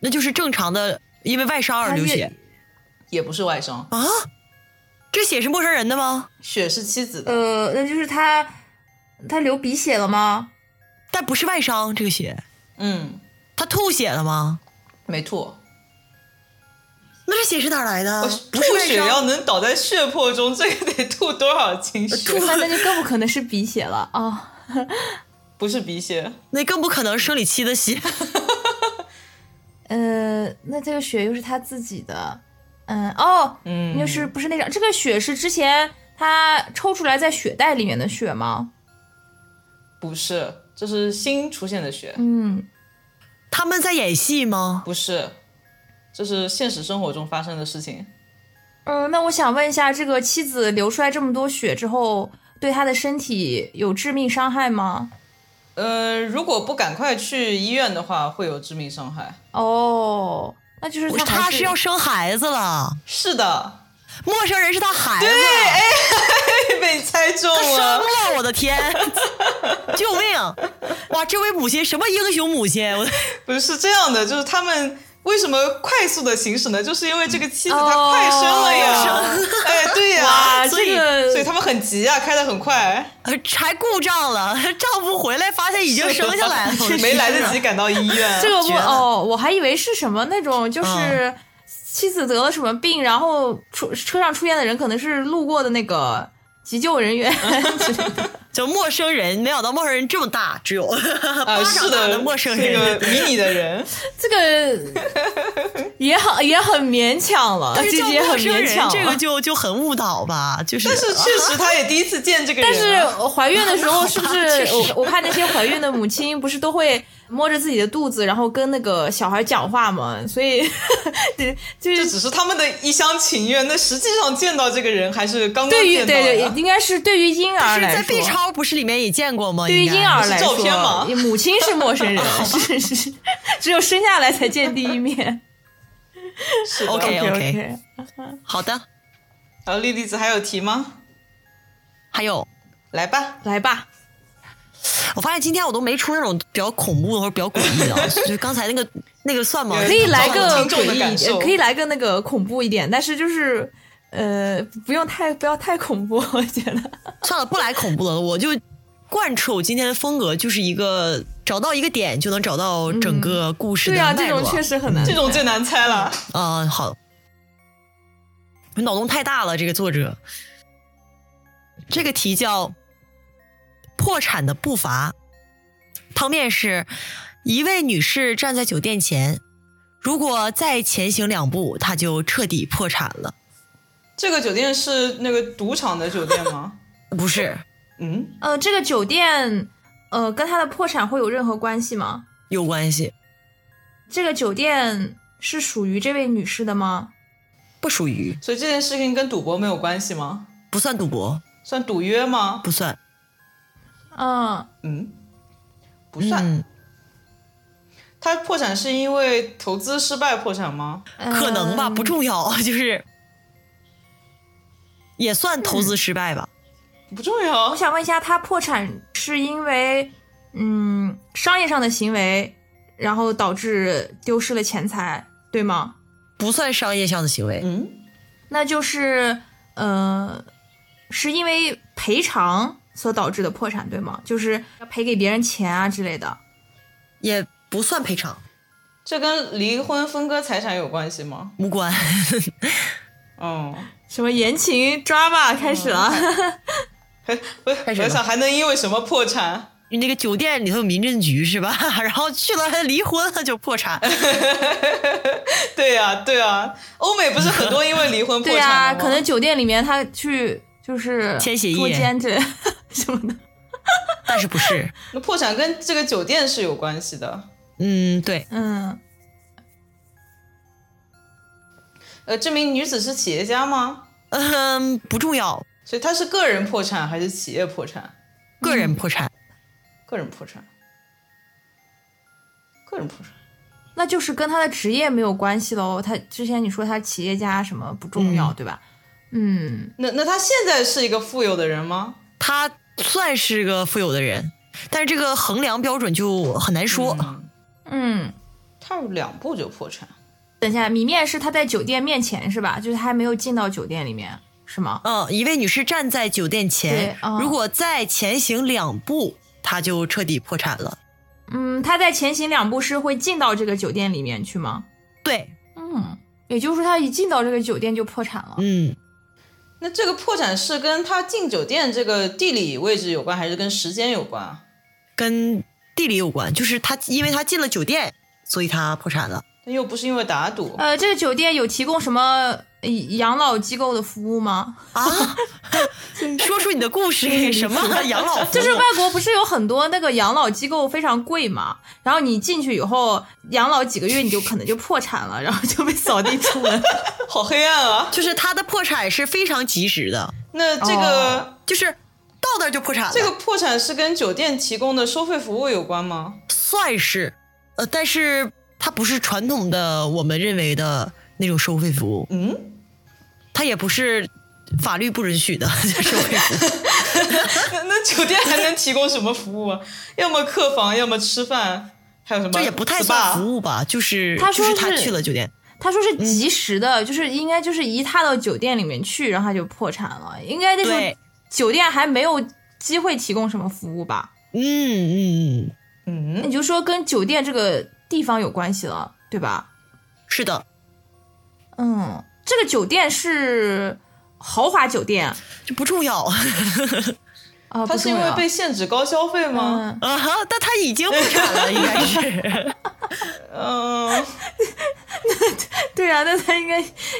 S1: 那就是正常的，因为外伤而流血
S2: 也不是外伤，
S1: 啊？这血是陌生人的吗？
S2: 血是妻子的。
S3: 呃，那就是他，他流鼻血了 吗？
S1: 但不是外伤，这个血
S2: 嗯，
S1: 他吐血了吗？
S2: 没吐。
S1: 那这血是哪儿来的？
S3: 啊
S1: 不是
S2: 吐
S1: 外
S2: 血
S1: 伤
S2: 要能倒在血泊中，这个得吐多少斤血？
S3: 那那就更不可能是鼻血了啊、
S2: 不是鼻血，
S1: 那更不可能生理期的血。
S3: 呃，那这个血又是他自己的，嗯，哦，
S2: 嗯
S3: 就是不是那张？这个血是之前他抽出来在血袋里面的血吗？
S2: 不是，这是新出现的血，
S3: 嗯，
S1: 他们在演戏吗？
S2: 不是，这是现实生活中发生的事情。
S3: 呃，那我想问一下，这个妻子流出来这么多血之后，对他的身体有致命伤害吗？
S2: 呃，如果不赶快去医院的话，会有致命伤害。
S3: 哦，那就是他还
S1: 他是要生孩子了，
S2: 是的，
S1: 陌生人是他孩子，
S2: 被被猜中
S1: 他生
S2: 了。
S1: 了，我的天， 救命！哇，这位母亲什么英雄母亲？我
S2: 不是是这样的，就是他们为什么快速的行驶呢？就是因为这个妻子
S3: 哦
S2: 她快生了呀。 哎，对呀、
S3: 哇
S2: 所以
S3: 啊这个
S2: 所以他们很急啊，开得很快。
S1: 还故障了， 丈夫回来发现已经生下 来了，我的
S2: 没
S1: 天啊
S2: 来得及赶到医院。
S3: 这个不
S1: 绝了
S3: 哦，我还以为是什么那种就是
S1: 嗯
S3: 妻子得了什么病，然后出车上出现的人可能是路过的那个急救人 员之类的。
S1: 就陌生人，没想到陌生人这么大，只有
S2: 啊，
S1: 巴
S2: 是
S1: 掌大
S2: 的，
S1: 的陌生
S2: 那
S1: 人。
S2: 个迷你的 人，
S3: 这个也很也很勉强了，
S1: 但是
S3: 啊这
S1: 叫
S3: 集也
S1: 陌
S3: 很
S1: 生
S3: 勉
S1: 人
S3: 强，啊
S1: 这个
S3: 了。
S1: 就就很误导吧，就是。
S2: 但是确实他也第一次见这个人
S3: 但
S2: 啊。
S3: 是怀孕的 时候是不是
S1: 确实
S3: 我我看那些怀孕的母亲不是都会摸着自己的肚子，然后跟那个小孩讲话嘛？所以 就
S2: 这
S3: 是
S2: 只是他们的一厢情愿，那实际上见到这个人还是刚刚
S3: 对于
S2: 见到
S3: 对对
S2: 的，。啊
S3: 应该是对于婴儿
S1: 是
S3: 来
S1: 在
S3: 说，
S1: B 超不是里面也见过吗？
S3: 对于
S1: 应该
S3: 婴儿来
S2: 是
S3: 说，
S2: 照片吗
S3: 母亲是陌生人，是是是，只有生下来才见第 一面。
S2: 是的
S1: OK，OK
S3: OK，,
S1: 好的，
S2: 然后莉莉呃子还有题吗？
S1: 还有
S2: 来吧，
S3: 来吧，
S1: 我发现今天我都没出那种比较恐怖的或者比较诡异的， 就是刚才那个那个算吗？
S2: 可
S3: 可以来个
S2: 听
S3: 诡
S2: 众的
S3: 异一
S2: 感
S3: 点，
S2: 受
S3: 可以来个那个恐怖一点，但是就是呃，不用太不要太恐怖，我觉得。
S1: 算了，不来恐怖的了，我就贯彻我今天的风格，就是一个找到一个点就能找到整个故事
S3: 对
S1: 的
S3: 啊，
S1: 脉
S3: 这
S1: 络。
S3: 种确实很难
S2: 这。种最难猜了。
S1: 啊、好，我脑洞太大了，这个作者。这个题叫《破产的步伐》。汤面是一位女士站在酒店前，如果再前行两步，她就彻底破产了。
S2: 这个酒店是那个赌场的酒店吗？
S1: 不是
S2: 嗯，
S3: 呃，这个酒店，呃，跟它的破产会有任何关系吗？
S1: 有关系，
S3: 这个酒店是属于这位女士的吗？
S1: 不属于，
S2: 所以这件事情跟赌博没有关系吗？
S1: 不算赌博，
S2: 算赌约吗？
S1: 不算，
S3: 嗯、
S2: 嗯，不算。
S1: 嗯，
S2: 他破产是因为投资失败破产吗？
S1: 可能吧，
S3: 嗯
S1: 不重要， 就是也算投资失败吧。
S2: 不重要
S3: 我。想问一下，他破产是因为嗯商业上的行为，然后导致丢失了钱财，对吗？
S1: 不算商业上的行为，
S2: 嗯，
S3: 那就是呃，是因为赔偿所导致的破产，对吗？就是要赔给别人钱啊之类的。
S1: 也不算赔偿，
S2: 这跟离婚分割财产有关系吗？
S1: 无关。
S2: 嗯，
S3: 什么言情 drama 开始了？
S2: 我
S1: 开始吧
S2: 我想还能因为什么破产？
S1: 那个酒店里头有民政局是吧？ 然后去了还离婚了就破产，
S2: 对呀、对呀、欧美不是很多因为离婚破
S3: 对
S2: 产
S3: 呀、
S2: 的吗
S3: 可能酒店里面他去就是
S1: 签协议
S3: 捉奸之类什么的。
S1: 但是不是？
S2: 那破产跟这个酒店是有关系的。
S1: 嗯，对，
S3: 嗯，
S2: 呃，这名女子是企业家吗？
S1: 嗯，不重要，
S2: 所以她是个人破产还是企业破产？
S1: 个人破产，
S2: 个人破产，个人破产。
S3: 那就是跟他的职业没有关系喽。他之前你说他企业家什么不重要，对吧？嗯，
S2: 那那她现在是一个富有的人吗？
S1: 他算是个富有的人，但是这个衡量标准就很难说。
S2: 嗯
S3: 嗯，
S2: 踏入两步就破产。
S3: 等一下，米面是他在酒店面前是吧？就是他还没有进到酒店里面是吗？
S1: 嗯，一位女士站在酒店前
S3: 对，嗯
S1: 如果再前行两步，她就彻底破产了。
S3: 嗯，他在前行两步是会进到这个酒店里面去吗？
S1: 对，
S3: 嗯，也就是说他一进到这个酒店就破产了。
S1: 嗯，
S2: 那这个破产是跟她进酒店这个地理位置有关，还是跟时间有关啊？
S1: 跟地理有关，就是她因为她进了酒店，所以她破产了。
S2: 但又不是因为打赌，
S3: 呃，这个酒店有提供什么呃养老机构的服务吗？
S1: 啊，说出你的故事，什么养老服务
S3: 就是外国不是有很多那个养老机构非常贵嘛，然后你进去以后养老几个月你就可能就破产了，然后就被扫地出门。
S2: 好黑暗啊！
S1: 就是她的破产是非常及时的，
S2: 那这个、
S3: 哦
S1: 就是到那儿就破产了，
S2: 这个破产是跟酒店提供的收费服务有关吗？
S1: 算是，呃，但是它不是传统的我们认为的那种收费服务，
S2: 嗯，
S1: 它也不是法律不允许的 收费服务，
S2: 那那酒店还能提供什么服务啊？要么客房，要么吃饭，还有什么？
S1: 这也不太算
S2: 务。
S1: 服务吧，就是
S3: 他说
S1: 就是他
S3: 是
S1: 去了酒店，
S3: 他说是及时的，就是应该就是一踏到酒店里面去，然后他就破产了。应该那时候
S1: 对
S3: 酒店还没有机会提供什么服务吧？
S1: 嗯嗯嗯，
S3: 那
S2: 嗯，
S3: 你就说跟酒店这个地方有关系了，对吧？
S1: 是的，
S3: 嗯，这个酒店是豪华酒店
S1: 这不重要
S3: 啊，
S2: 他
S3: 不
S2: 是因
S3: 重
S2: 为
S3: 要
S2: 被限制高消费吗？
S3: 嗯，
S1: 啊哈，但他已经破产了，应该是，
S2: 嗯、
S3: 对啊，那他应该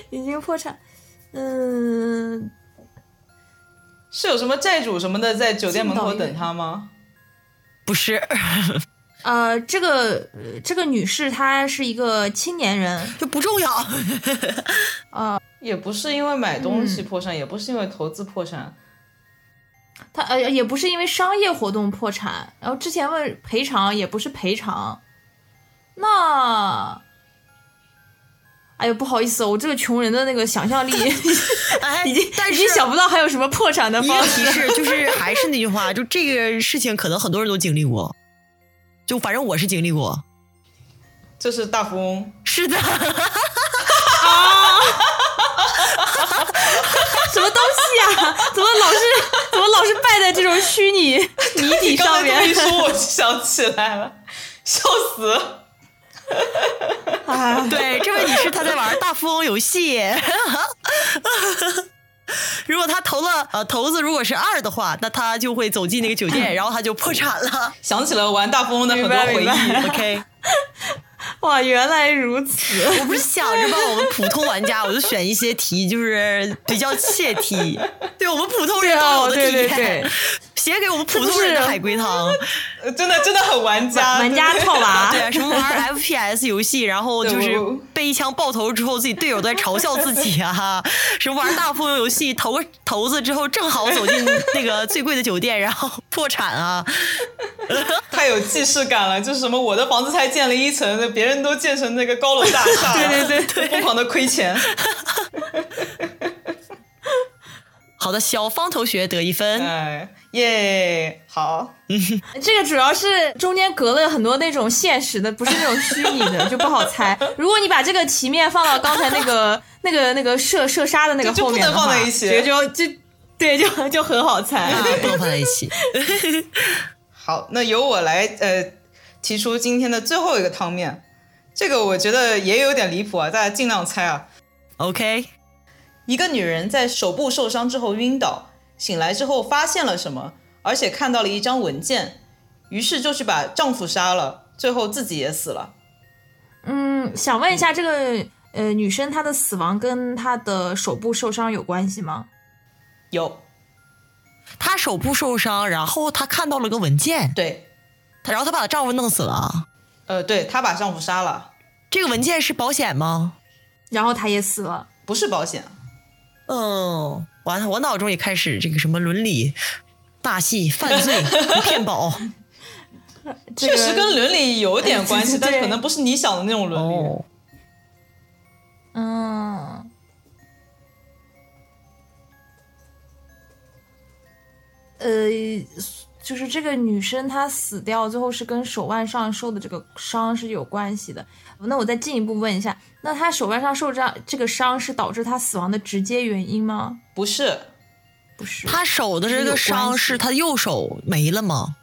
S3: 已经破产。嗯，
S2: 是有什么债主什么的在酒店门口等他吗？
S1: 不是，
S3: 呃，这个呃这个女士她是一个青年人，
S1: 就不重要，
S2: 也不是因为买东西破产，也不是因为投资破产，
S3: 她呃也不是因为商业活动破产，然后之前问赔偿也不是赔偿，那。哎呀，不好意思、哦，我这个穷人的那个想象力
S1: 哎，
S3: 已经
S1: 但
S3: 已
S1: 是
S3: 经想不到还有什么破产的
S1: 一个
S3: 方
S1: 提
S3: 式。
S1: 示就是，还是那句话，就这个事情可能很多人都经历过，就反正我是经历过。
S2: 这是大富翁。
S1: 是的，
S3: 什么东西啊？怎么老是怎么老是败在这种虚拟谜底
S2: 刚
S3: 上
S2: 才这么一
S3: 面？
S2: 说，我就想起来了，笑死！
S3: 哎，
S1: 对，这位女士她在玩大富翁游戏。 如果她投了呃投资如果是二的话，那她就会走进那个 酒店，然后她就破产了。
S2: 想起了玩大富翁的很多回
S3: 明白明
S2: 忆。
S1: OK，
S3: 哇，原来如此。
S1: 我不是想着吧，我们普通玩家，我就选一些题，就是比较切题，对我们普通人都有的体验，
S3: 对啊对对对啊
S1: 写给我们普通人的海龟汤，
S2: 呃真的真的很玩家，
S3: 玩 家
S2: 对
S3: 套娃
S1: 对，啊，什么玩 FPS 游戏，然后就
S2: 对
S1: 是
S2: 我
S1: 被一枪爆头之后，自己队友都在嘲笑自己 啊，什么玩大富翁游戏，投个骰子之后正好走进那个最贵的酒店，然后破产啊，
S2: 太有既视感了。就是什么，我的房子才建了一层，别人都建成那个高楼大厦，
S3: 对 对
S2: 对，疯狂的亏钱。
S1: 好的，小芳同学得一分，
S2: 哎，耶，好，
S3: 这个主要是中间隔了很多那种现实的，不是那种虚拟的，就不好猜。如果你把这个题面放到刚才那个那个那个射射杀的那个
S2: 就就
S3: 后面的话，
S2: 不能放在一起
S3: 觉得就就对，就就很 好猜。
S1: 啊，不能放在一起，
S2: 好，那由我来呃提出今天的最后一个汤面，这个我觉得也有点离谱啊，大家尽量猜啊。
S1: OK，
S2: 一个女人在手部受伤之后晕倒，醒来之后发现了什么，而且看到了一张文件，于是就去把丈夫杀了，最后自己也死了。
S3: 嗯，想问一下，这个呃女生她的死亡跟她的手部受伤有关系吗？
S2: 有，
S1: 她手部受伤，然后她看到了个文件，
S2: 对，
S1: 她然后她把丈夫弄死了啊，
S2: 呃，对，她把丈夫杀了，
S1: 这个文件是保险吗？
S3: 然后她也死了。
S2: 不是保险。
S1: 嗯，完了，我脑中也开始这个什么伦理大戏、犯 罪、骗保。
S3: 这个
S2: 确实跟伦理有点关系，
S3: 对
S2: 但是可能不是你想的那种伦理。
S1: 哦，
S3: 嗯，呃，就是这个女生她死掉，最后是跟手腕上受的这个伤是有关系的。那我再进一步问一下，那她手腕上受这样这个伤是导致她死亡的直接原因吗？
S2: 不是，
S3: 不是，
S1: 他手的这个伤是他右手没了吗？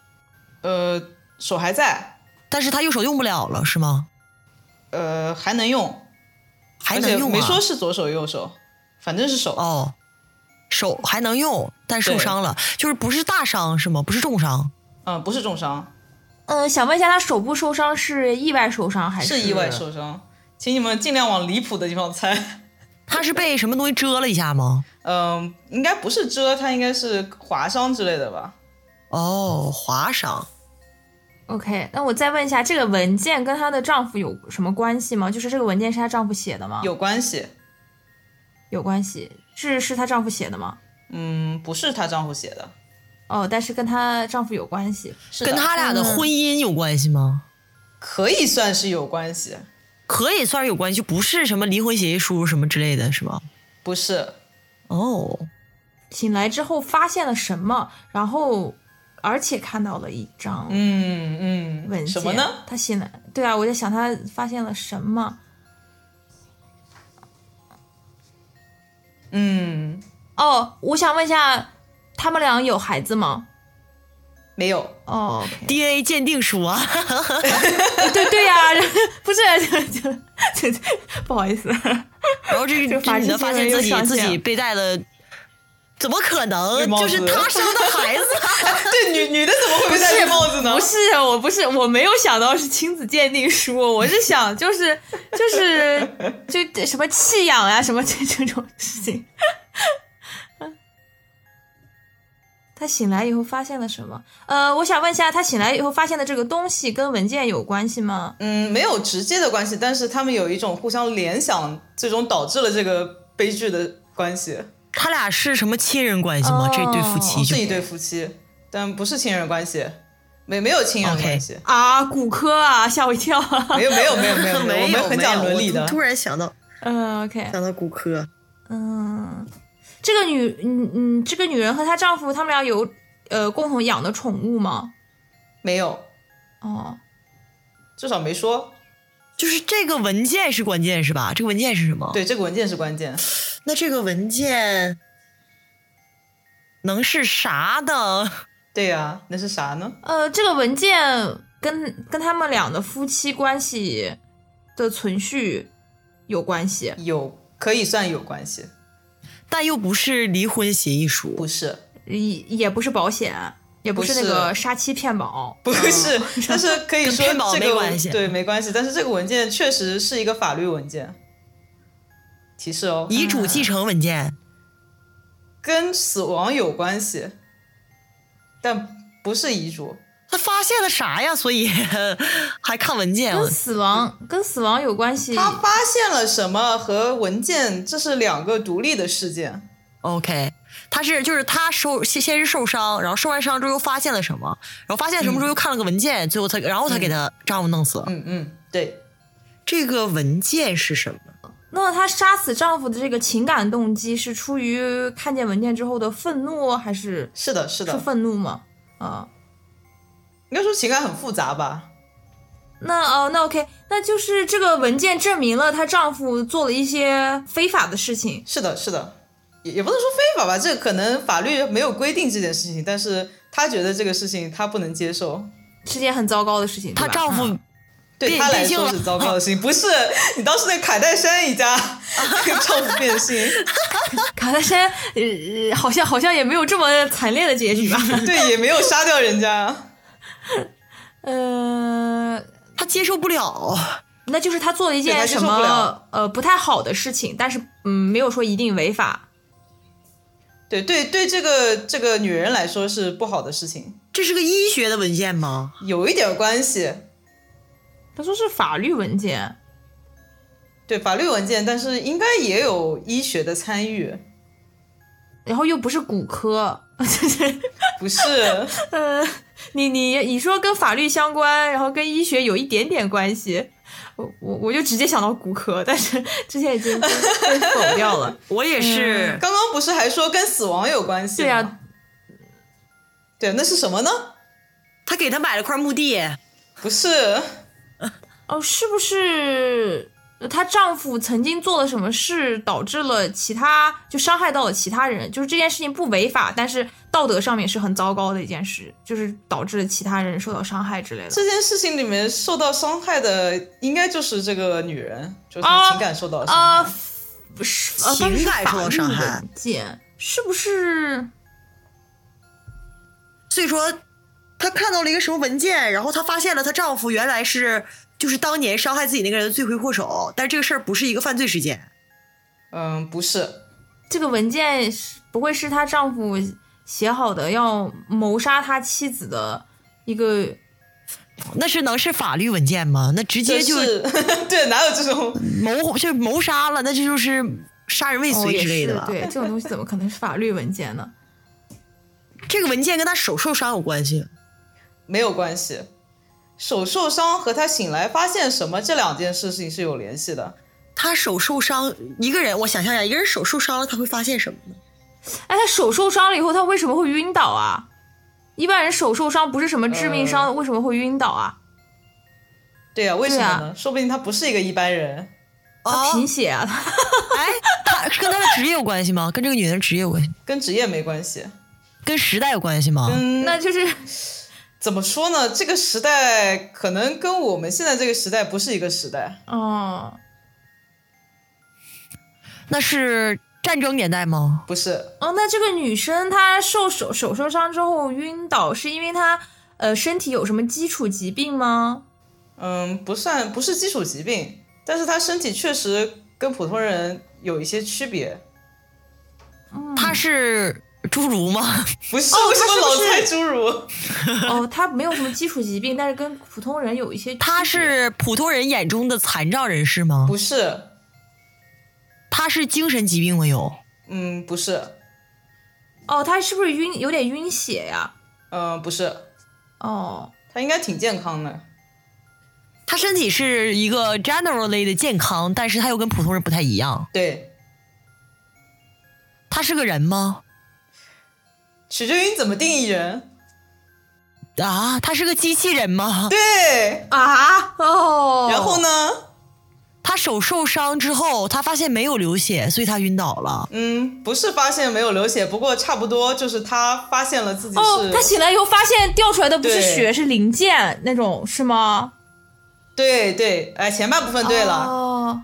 S2: 呃，手还在，
S1: 但是他右手用不了了，是吗？
S2: 呃，还能用，
S1: 还能用
S2: 而
S1: 啊？
S2: 且没说是左手右手，反正是手。
S1: 哦，手还能用，但受伤了，就是不是大伤是吗？不是重伤，
S2: 嗯，不是重伤，
S3: 呃，想问一下，她手部受伤是意外受伤还
S2: 是意外受伤。请你们尽量往离谱的地方猜。
S1: 他是被什么东西蛰了一下吗？
S2: 嗯，应该不是蛰，它应该是划伤之类的吧？
S1: 哦，划伤。
S3: ？OK，那我再问一下，这个文件跟她的丈夫有什么关系吗？就是这个文件是她丈夫写的吗？
S2: 有关系。
S3: 有关系，是是她丈夫写的吗？
S2: 嗯，不是她丈夫写的，
S3: 哦，但是跟她丈夫有关系。
S2: 是的
S1: 跟他俩的婚姻有关系吗？
S2: 可以算是有关系，
S1: 可以算是有关系，就不是什么离婚协议书什么之类的，是吗？
S2: 不是。
S1: 哦，
S3: 醒来之后发现了什么？然后，而且看到了一张
S2: 嗯
S3: 文件。
S2: 嗯，什么呢？？
S3: 她醒来，对啊，我在想她发现了什么？
S2: 嗯，
S3: 哦，我想问一下，他们俩有孩子吗？
S2: 没有。
S3: 哦，OK，
S1: DNA 鉴定书啊，
S3: 对对呀、 不是， 就就就就不好意思。
S1: 然后这
S3: 这
S1: 个
S3: 个法
S1: 女
S3: 制
S1: 的发
S3: 新闻
S1: 现
S3: 又
S1: 自己
S3: 上
S1: 自
S3: 线
S1: 己
S3: 了
S1: 被带了，怎么可
S2: 绿
S1: 能？
S2: 帽
S1: 就是
S2: 子
S1: 她生的孩子啊，
S2: 对，女女的怎么会被戴绿帽子呢
S3: 不？是，啊我不是，我没有想到是亲子鉴定书，我是想就是就是就什么弃养啊呀、什么这这种事情。他醒来以后发现了什么？呃，我想问一下，他醒来以后发现的这个东西跟文件有关系吗？
S2: 嗯，没有直接的关系，但是他们有一种互相联想，最终导致了这个悲剧的关系。
S1: 他俩是什么亲人关系吗？
S3: 哦
S1: 这对夫妻就是
S2: 一对夫妻，但不是亲人关系，没没有亲人
S1: OK
S2: 关系，
S3: 啊，骨科啊， 吓我一跳。
S2: 没有没有没有 没有我们很讲伦理
S1: 我
S2: 的。
S1: 突然想到
S3: 嗯、o k
S1: 想到骨科，
S3: 嗯，这个女，嗯嗯，这个女人和她丈夫他们俩有呃共同养的宠物吗？
S2: 没有，
S3: 哦，
S2: 至少没说。
S1: 就是这个文件是关键是吧？这个文件是什么？，
S2: 对，这个文件是关键，
S1: 那这个文件能是啥呢？
S2: 对呀、那是啥呢？
S3: 呃，这个文件跟跟他们俩的夫妻关系的存续有关系，
S2: 有可以算有关系，
S1: 但又不是离婚协议书，
S2: 不是，
S3: 也也不是保险。也不是那个杀妻骗保，
S2: 不是，但是可以说
S1: 嗯跟骗保
S2: 这
S1: 没
S2: 个
S1: 关系
S2: 对没关系，但是这个文件确实是一个法律文件，提示哦，
S1: 遗嘱继承文件，
S2: 跟死亡有关系，但不是遗嘱，
S1: 他发现了啥呀？所以 还看文件？
S2: 嗯
S3: 跟
S1: 我
S3: 死亡跟死亡有关
S1: 嗯
S3: 系。
S2: 他发现了什么和文件这是两个独立的事件。
S1: OK，他是就是他受先先是受伤，然后受完伤之后又发现了什么，然后发现什么之后又看了个文件，最后才然后才给他丈夫弄死了。
S2: 嗯嗯，对，
S1: 这个文件是什么？
S3: 那么她杀死丈夫的这个情感动机是出于看见文件之后的愤怒，还是
S2: 是的，是的
S3: 是，愤怒吗？啊、
S2: 应该说情感很复杂吧？
S3: 那哦，那 OK，那就是这个文件证明了她丈夫做了一些非法的事情。
S2: 是的，是的，也也不能说非法吧，这可能法律没有规定这件事情，但是他觉得这个事情他不能接受，
S3: 是件很糟糕的事情。
S1: 她
S3: 对吧嗯
S1: 丈夫
S2: 对
S1: 变
S2: 他来
S1: 变性
S2: 说
S1: 了
S2: 是糟糕的事情。不是，你当时那凯戴珊 一家 丈夫变性，
S3: 卡戴珊，呃呃，好像好像也没有这么惨烈的结局 吧？
S2: 对，也没有杀掉人家。
S3: 呃，
S1: 她接受不了，
S3: 那就是他做了一
S2: 对他
S3: 件
S2: 接
S3: 什
S2: 受不
S3: 么
S2: 了
S3: 呃不太好的事情，但是嗯没有说一定违法。
S2: 对对对，这个这个女人来说是不好的事情，
S1: 这是个医学的文件吗？
S2: 有一点关系。
S3: 他说是法律文件，
S2: 对法律文件，但是应该也有医学的参与，
S3: 然后又不是骨科， 就是
S2: 不是？
S3: 呃你你你说跟法律相关，然后跟医学有一点点关系。我我我就直接想到骨科，但是之前已 经被被否掉了。
S1: 我也是，
S2: 刚刚不是还说跟死亡有关系？
S3: 对
S1: 啊
S3: 呀、
S2: 对，那是什么呢？
S1: 她给她买了块墓地，
S2: 不是，
S3: 哦，是不是呃她丈夫曾经做了什么事，导致了其他就伤害到了其他人？就是这件事情不违法，但是道德上面是很糟糕的一件事，就是导致了其他人受到伤害之类的。
S2: 这件事情里面受到伤害的应该就是这个女人，就是
S3: 啊
S2: 情感受到了伤害。
S3: 啊、不是，呃但是
S1: 情
S3: 是
S1: 感受到
S3: 法律
S1: 伤害
S3: 文件是不是？
S1: 所以说她看到了一个什么文件，然后她发现了她丈夫原来是就是当年伤害自己那个人的罪魁祸首，但是这个事儿不是一个犯罪事件。
S2: 嗯，不是，
S3: 这个文件是不会是她丈夫写好的要谋杀他妻子的一个
S1: 那是能是法律文件吗？那直接
S2: 这
S1: 就是
S2: 对，哪有这种？
S1: 谋就是谋杀了，那这就是杀人未
S3: 哦
S1: 遂
S3: 也
S1: 之类的
S3: 是
S1: 吧？
S3: 对，这种东西怎么可能是法律文件呢？
S1: 这个文件跟他手受伤有关系，
S2: 没有关系。手受伤和她醒来发现什么这两件事情是有联系的。
S1: 他手受伤，一个人我想象一下，一个人手受伤了，他会发现什么呢？
S3: 哎，他手受伤了以后，他为什么会晕倒啊？一般人手受伤不是什么致命
S2: 呃
S3: 伤，为什么会晕倒啊？
S2: 对呀、为什么
S3: 对啊
S2: 呢？说不定她不是一个一般人。
S3: 他贫
S1: 哦，
S3: 血啊！
S1: 哎，他跟他的职业有关系吗？跟这个女人的职业有关系，
S2: 跟职业没关系，
S1: 跟时代有关系吗？
S2: 嗯，
S3: 那就是
S2: 怎么说呢？这个时代可能跟我们现在这个时代不是一个时代，
S3: 哦，
S1: 那是战争年代吗？
S2: 不是？
S3: 哦，那这个女生她受手手受伤之后晕倒，是因为她呃身体有什么基础疾病吗？
S2: 嗯，不算不是基础疾病，但是她身体确实跟普通人有一些区别。
S1: 他是侏儒吗？
S2: 不是，为什么老
S3: 她
S2: 猜侏儒？
S3: 哦，她没有什么基础疾病，但是跟普通人有一些区别
S1: 他是普通人眼中的残障人士吗？
S2: 不是，
S1: 他是精神疾病吗？有？
S2: 嗯，不是，
S3: 哦，她是不是晕有点晕血呀、
S2: 嗯，不是，
S3: 哦，
S2: 她应该挺健康的。
S1: 他身体是一个 generally 的健康，但是他又跟普通人不太一样。
S2: 对，
S1: 他是个人吗？
S2: 取决于你怎么定义人。
S1: 啊，他是个机器人吗？
S2: 对，
S3: 啊哦，
S2: 然后？呢？
S1: 他手受伤之后，他发现没有流血，所以他晕倒了。
S2: 嗯，不是发现没有流血，不过差不多就是她发现了自己是。
S3: 哦，他醒来以后发现掉出来的不是
S2: 对
S3: 血，是零件那种，是吗？
S2: 对对，哎，前半部分对了，
S3: 哦，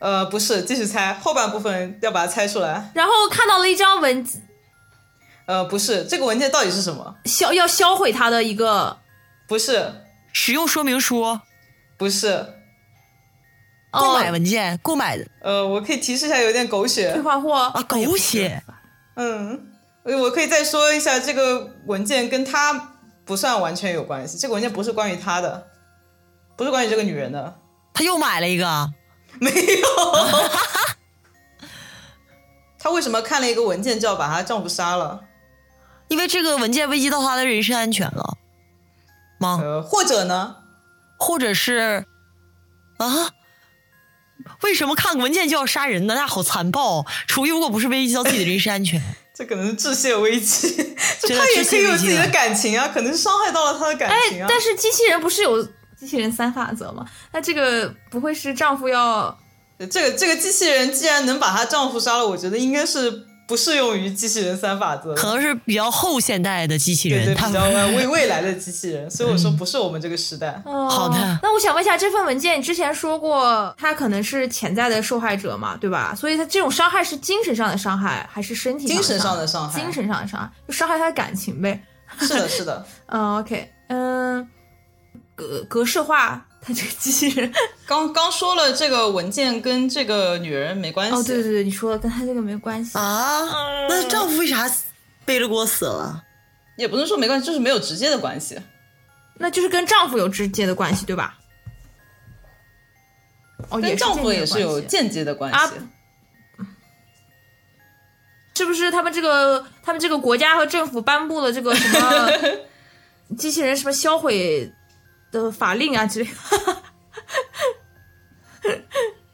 S2: 呃，不是，继续猜，后半部分要把它猜出来。
S3: 然后看到了一张文，
S2: 呃，不是这个文件到底是什么？
S3: 销要销毁它的一个
S2: 不是，
S1: 使用说明
S2: 哦
S1: 书、
S2: 不是，
S1: 购
S3: 哦
S1: 买文件、购买
S2: 呃，我可以提示一下，有点狗
S3: 退
S2: 血。
S3: 换货
S1: 啊，狗血
S2: 嗯，我我可以再说一下，这个文件跟他不算完全有关系，这个文件不是关于他的，不是关于这个女人的，
S1: 他又买了一个，
S2: 没有。 她为什么看了一个文件就要把她丈夫杀了？
S1: 因为这个文件危及到他的人身安全了吗？
S2: 呃，或者呢？
S1: 或者是啊？为什么看文件就要杀人呢？那好残暴哦！除如果不是危及到自己的人身安 全，
S2: 这可能是致谢危机， 就
S1: 真的
S2: 她也
S1: 致
S2: 可以
S1: 谢
S2: 有
S1: 危
S2: 自
S1: 机哎
S2: 己的
S1: 了
S2: 感情啊，可能是伤害到了她的感情啊。
S3: 哎但是机器人不是有机器人三法则吗？那这个不会是丈夫要
S2: 这个这个机器人既然能把她丈夫杀了，我觉得应该是不适用于机器人三法则的，
S1: 可能是比较后现代的机器
S2: 对
S1: 人，
S2: 对，
S1: 他
S2: 比较未未来的机器人，所以我说不是我们这个时代。
S3: 哦
S1: 好的
S3: 那我想问一下，这份文件你之前说过，他可能是潜在的受害者嘛，对吧？所以他这种伤害是精神上的伤害，还是身体
S2: 精神
S3: 上
S2: 上的伤害
S3: 精神上的伤害，就伤害他的感情呗。
S2: 是的，是 的，
S3: 嗯，OK，嗯，格格式化他这个机器人，
S2: 刚刚说了这个文件跟这个女人没关系，
S3: 哦，对对对，你说的跟他这个没关系。
S1: 啊，
S2: 嗯
S1: 那丈夫为啥死背着锅死了？
S2: 也不是说没关系，就是没有直接的关系。
S3: 那就是跟丈夫有直接的关系，对吧？哦，
S2: 跟
S3: 也是
S2: 丈夫
S3: 间接的
S2: 也是有
S3: 关系
S2: 间接的关系。
S3: 啊是不是他们这个他们这个国家和政府颁布了这个什么机器人什么销毁的法令啊之类的？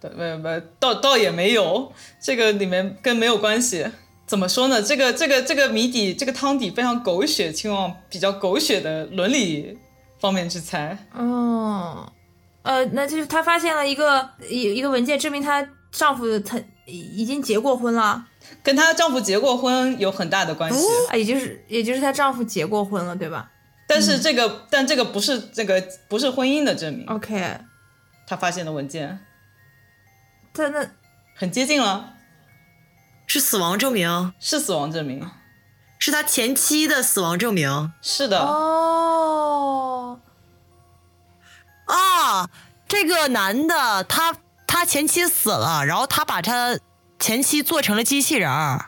S2: 对，没没，倒倒也没有，这个里面跟没有关系。怎么说呢？这个这个这个谜底，这个汤底非常狗血，请往比较狗血的伦理方面去猜。
S3: 哦，呃，那就是她发现了一个一一个文件，证明她丈夫他已经结过婚了
S2: 跟她丈夫结过婚有很大的关系，
S3: 啊，也就是也就是她丈夫结过婚了，对吧
S2: 但是这个、但这个不是这个不是婚姻的证明。
S3: ？OK，
S2: 她发现的文件
S3: 她那
S2: 很接近了，
S1: 是死亡证明，
S2: 是死亡证明。
S1: 是他前妻的死亡证明
S2: 是的，
S3: 哦，
S1: 啊。这个男的他他前妻死了，然后他把他前妻做成了机器人儿。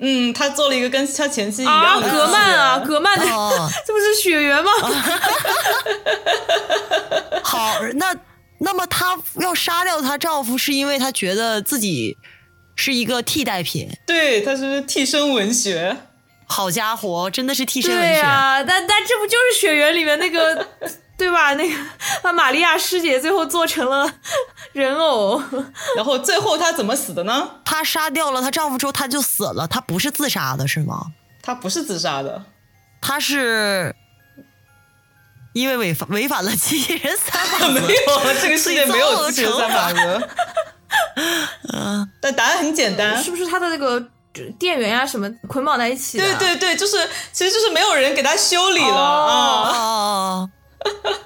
S2: 嗯，她做了一个跟她前妻一
S3: 啊，
S2: 样的、
S3: 格曼啊，格曼的，
S1: 哦，
S3: 这不是血缘吗？
S1: 啊好，那那么她要杀掉她丈夫，是因为她觉得自己是一个替代品。
S2: 对，她是替身文学。
S1: 好家伙，真的是替身文
S3: 对
S1: 学。
S3: 呀、但但这不就是《雪原》里面那个对吧？那个把玛利亚师姐最后做成了人偶，
S2: 然后最后她怎么死的呢？
S1: 她杀掉了她丈夫之后，她就死了。她不是自杀的，是吗？
S2: 她不是自杀的，
S1: 她是因为违反违反了机器人三法
S2: 没
S1: 则。
S2: 有，这个世界没有自己的三法则。但答案很简单
S1: 啊
S3: 是，不是他的那个店员啊什么捆绑在一起的？
S2: 对对对，就是其实就是没有人给她修理了
S1: 哦
S2: 啊。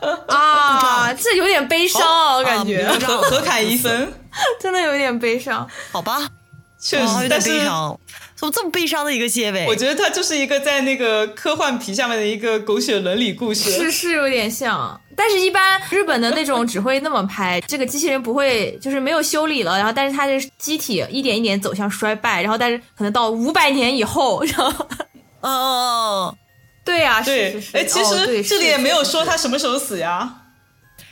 S1: 哦，
S3: 啊，这有点悲伤啊，我感觉、
S1: 啊
S2: 何何凯医生
S3: 真的有点悲伤。
S1: 哦好吧，
S2: 确
S1: 哦
S2: 实，
S1: 有
S2: 但
S1: 点
S2: 是
S1: 悲伤，怎么这么悲伤的一个结尾？
S2: 我觉得他就是一个在那个科幻皮下面的一个狗血伦理故
S3: 是
S2: 事。
S3: 是有点像，但是一般日本的那种只会那么拍，这个机器人不会，就是没有修理了，然后但是它的机体一点一点走向衰败，然后但是可能到五百年以后，然后
S1: 嗯，嗯嗯，
S3: 对呀、
S2: 对
S3: 是是，是，
S2: 哎，其
S3: 哦对
S2: 实
S3: 是
S2: 这里也没有说
S3: 是是
S2: 他什么时候死呀。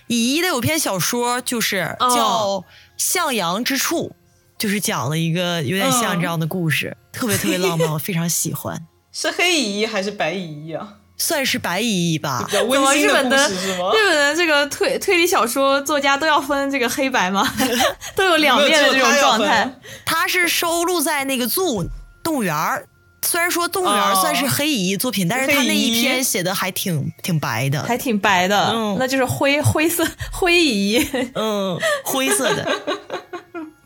S1: 乙一的有篇小说就是
S3: 哦
S1: 叫《向阳之处》，就是讲了一个有点像这样的故事，特别特别浪漫，我非常喜欢，
S2: 是黑乙一还是白乙一啊？
S1: 算是白乙一吧
S2: 比。较温馨
S3: 怎么日本
S2: 故
S3: 的
S2: 事是吗？
S3: 日本的这个推推理小说作家都要分这个黑白吗？ 都有两面的这种状态。
S1: 它是收录在那个 Zoo 动物园儿。虽然说动物园儿
S2: 哦
S1: 算是黑乙一作品，但是他那一篇写的还挺挺白的，
S3: 还挺白的，
S1: 嗯
S3: 那就是灰灰色 灰蚁
S1: 嗯，灰色的，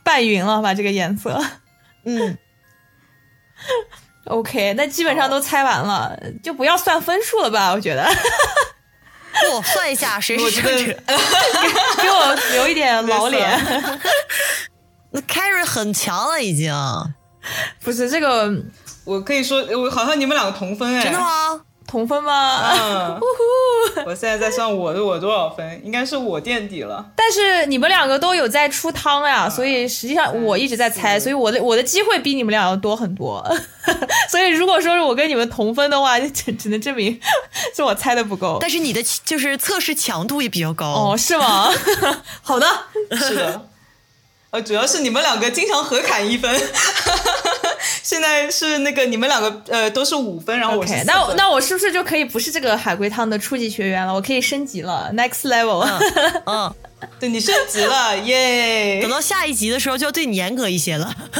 S3: 拌匀了吧这个颜色。
S1: 嗯，
S3: OK，那基本上都猜完了，就不要算分数了吧？我觉得
S1: 我算一下谁
S2: 我
S1: 是
S2: 觉
S1: 胜者
S2: 得。
S3: 给我留一点
S2: 啊
S3: 老脸。
S1: 那 Carrie 很强了，已经。
S3: 不是这个，
S2: 我可以说，我好像你们两个同分哎，
S1: 真的？吗？
S3: 同分吗？
S2: 嗯，我现在在算我的我多少分，应该是我垫底了。
S3: 但是你们两个都有在出汤呀，所以实际上我一直在猜，所以我的我的机会比你们俩要多很多。 所以如果说是我跟你们同分的话， 就只只能证明是我猜的不够。
S1: 但是你的就是测试强度也比较高
S3: 哦，是吗？ 好的，
S2: 是的，呃，主要是你们两个经常合砍一分， 现在是那个你们两个呃都是五分，然后我是
S3: OK，
S2: 四
S3: 那我
S2: 分
S3: 那我是不是就可以不是这个海龟汤的初级学员了？我可以升级了，next level。
S1: 嗯，
S2: 对你升级了耶
S1: 等！到下一集的时候就要对你严格一些了。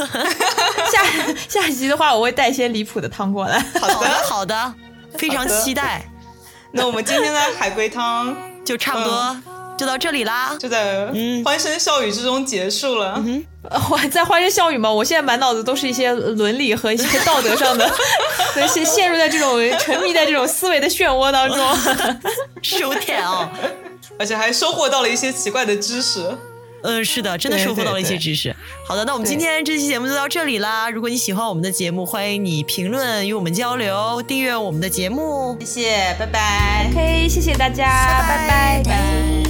S3: 下下一集的话，我会带一些离谱的汤过来。
S2: 好
S1: 好的，
S2: 的，
S1: 好的，非常期待，
S2: 那我们今天的海龟汤
S1: 就差不多就到这里啦。
S2: 就在
S1: 嗯
S2: 欢声笑语之中结束了。
S3: 我 在花言笑语嘛，我现在满脑子都是一些伦理和一些道德上 的，对，陷陷入在这种沉迷在这种思维的漩涡当中。
S1: 收点 啊，
S2: 而且还收获到了一些奇怪的知识。
S1: 嗯，是的，真的
S3: 对
S1: 收获到了一些
S3: 对对
S1: 知识。好的，那我们今天这期节目就到这里啦。如果你喜欢我们的节目，欢迎你评论与我们交流，订阅我们的节目。
S2: 谢谢，拜拜。
S3: OK，谢谢大家，拜拜。拜拜
S4: Bye.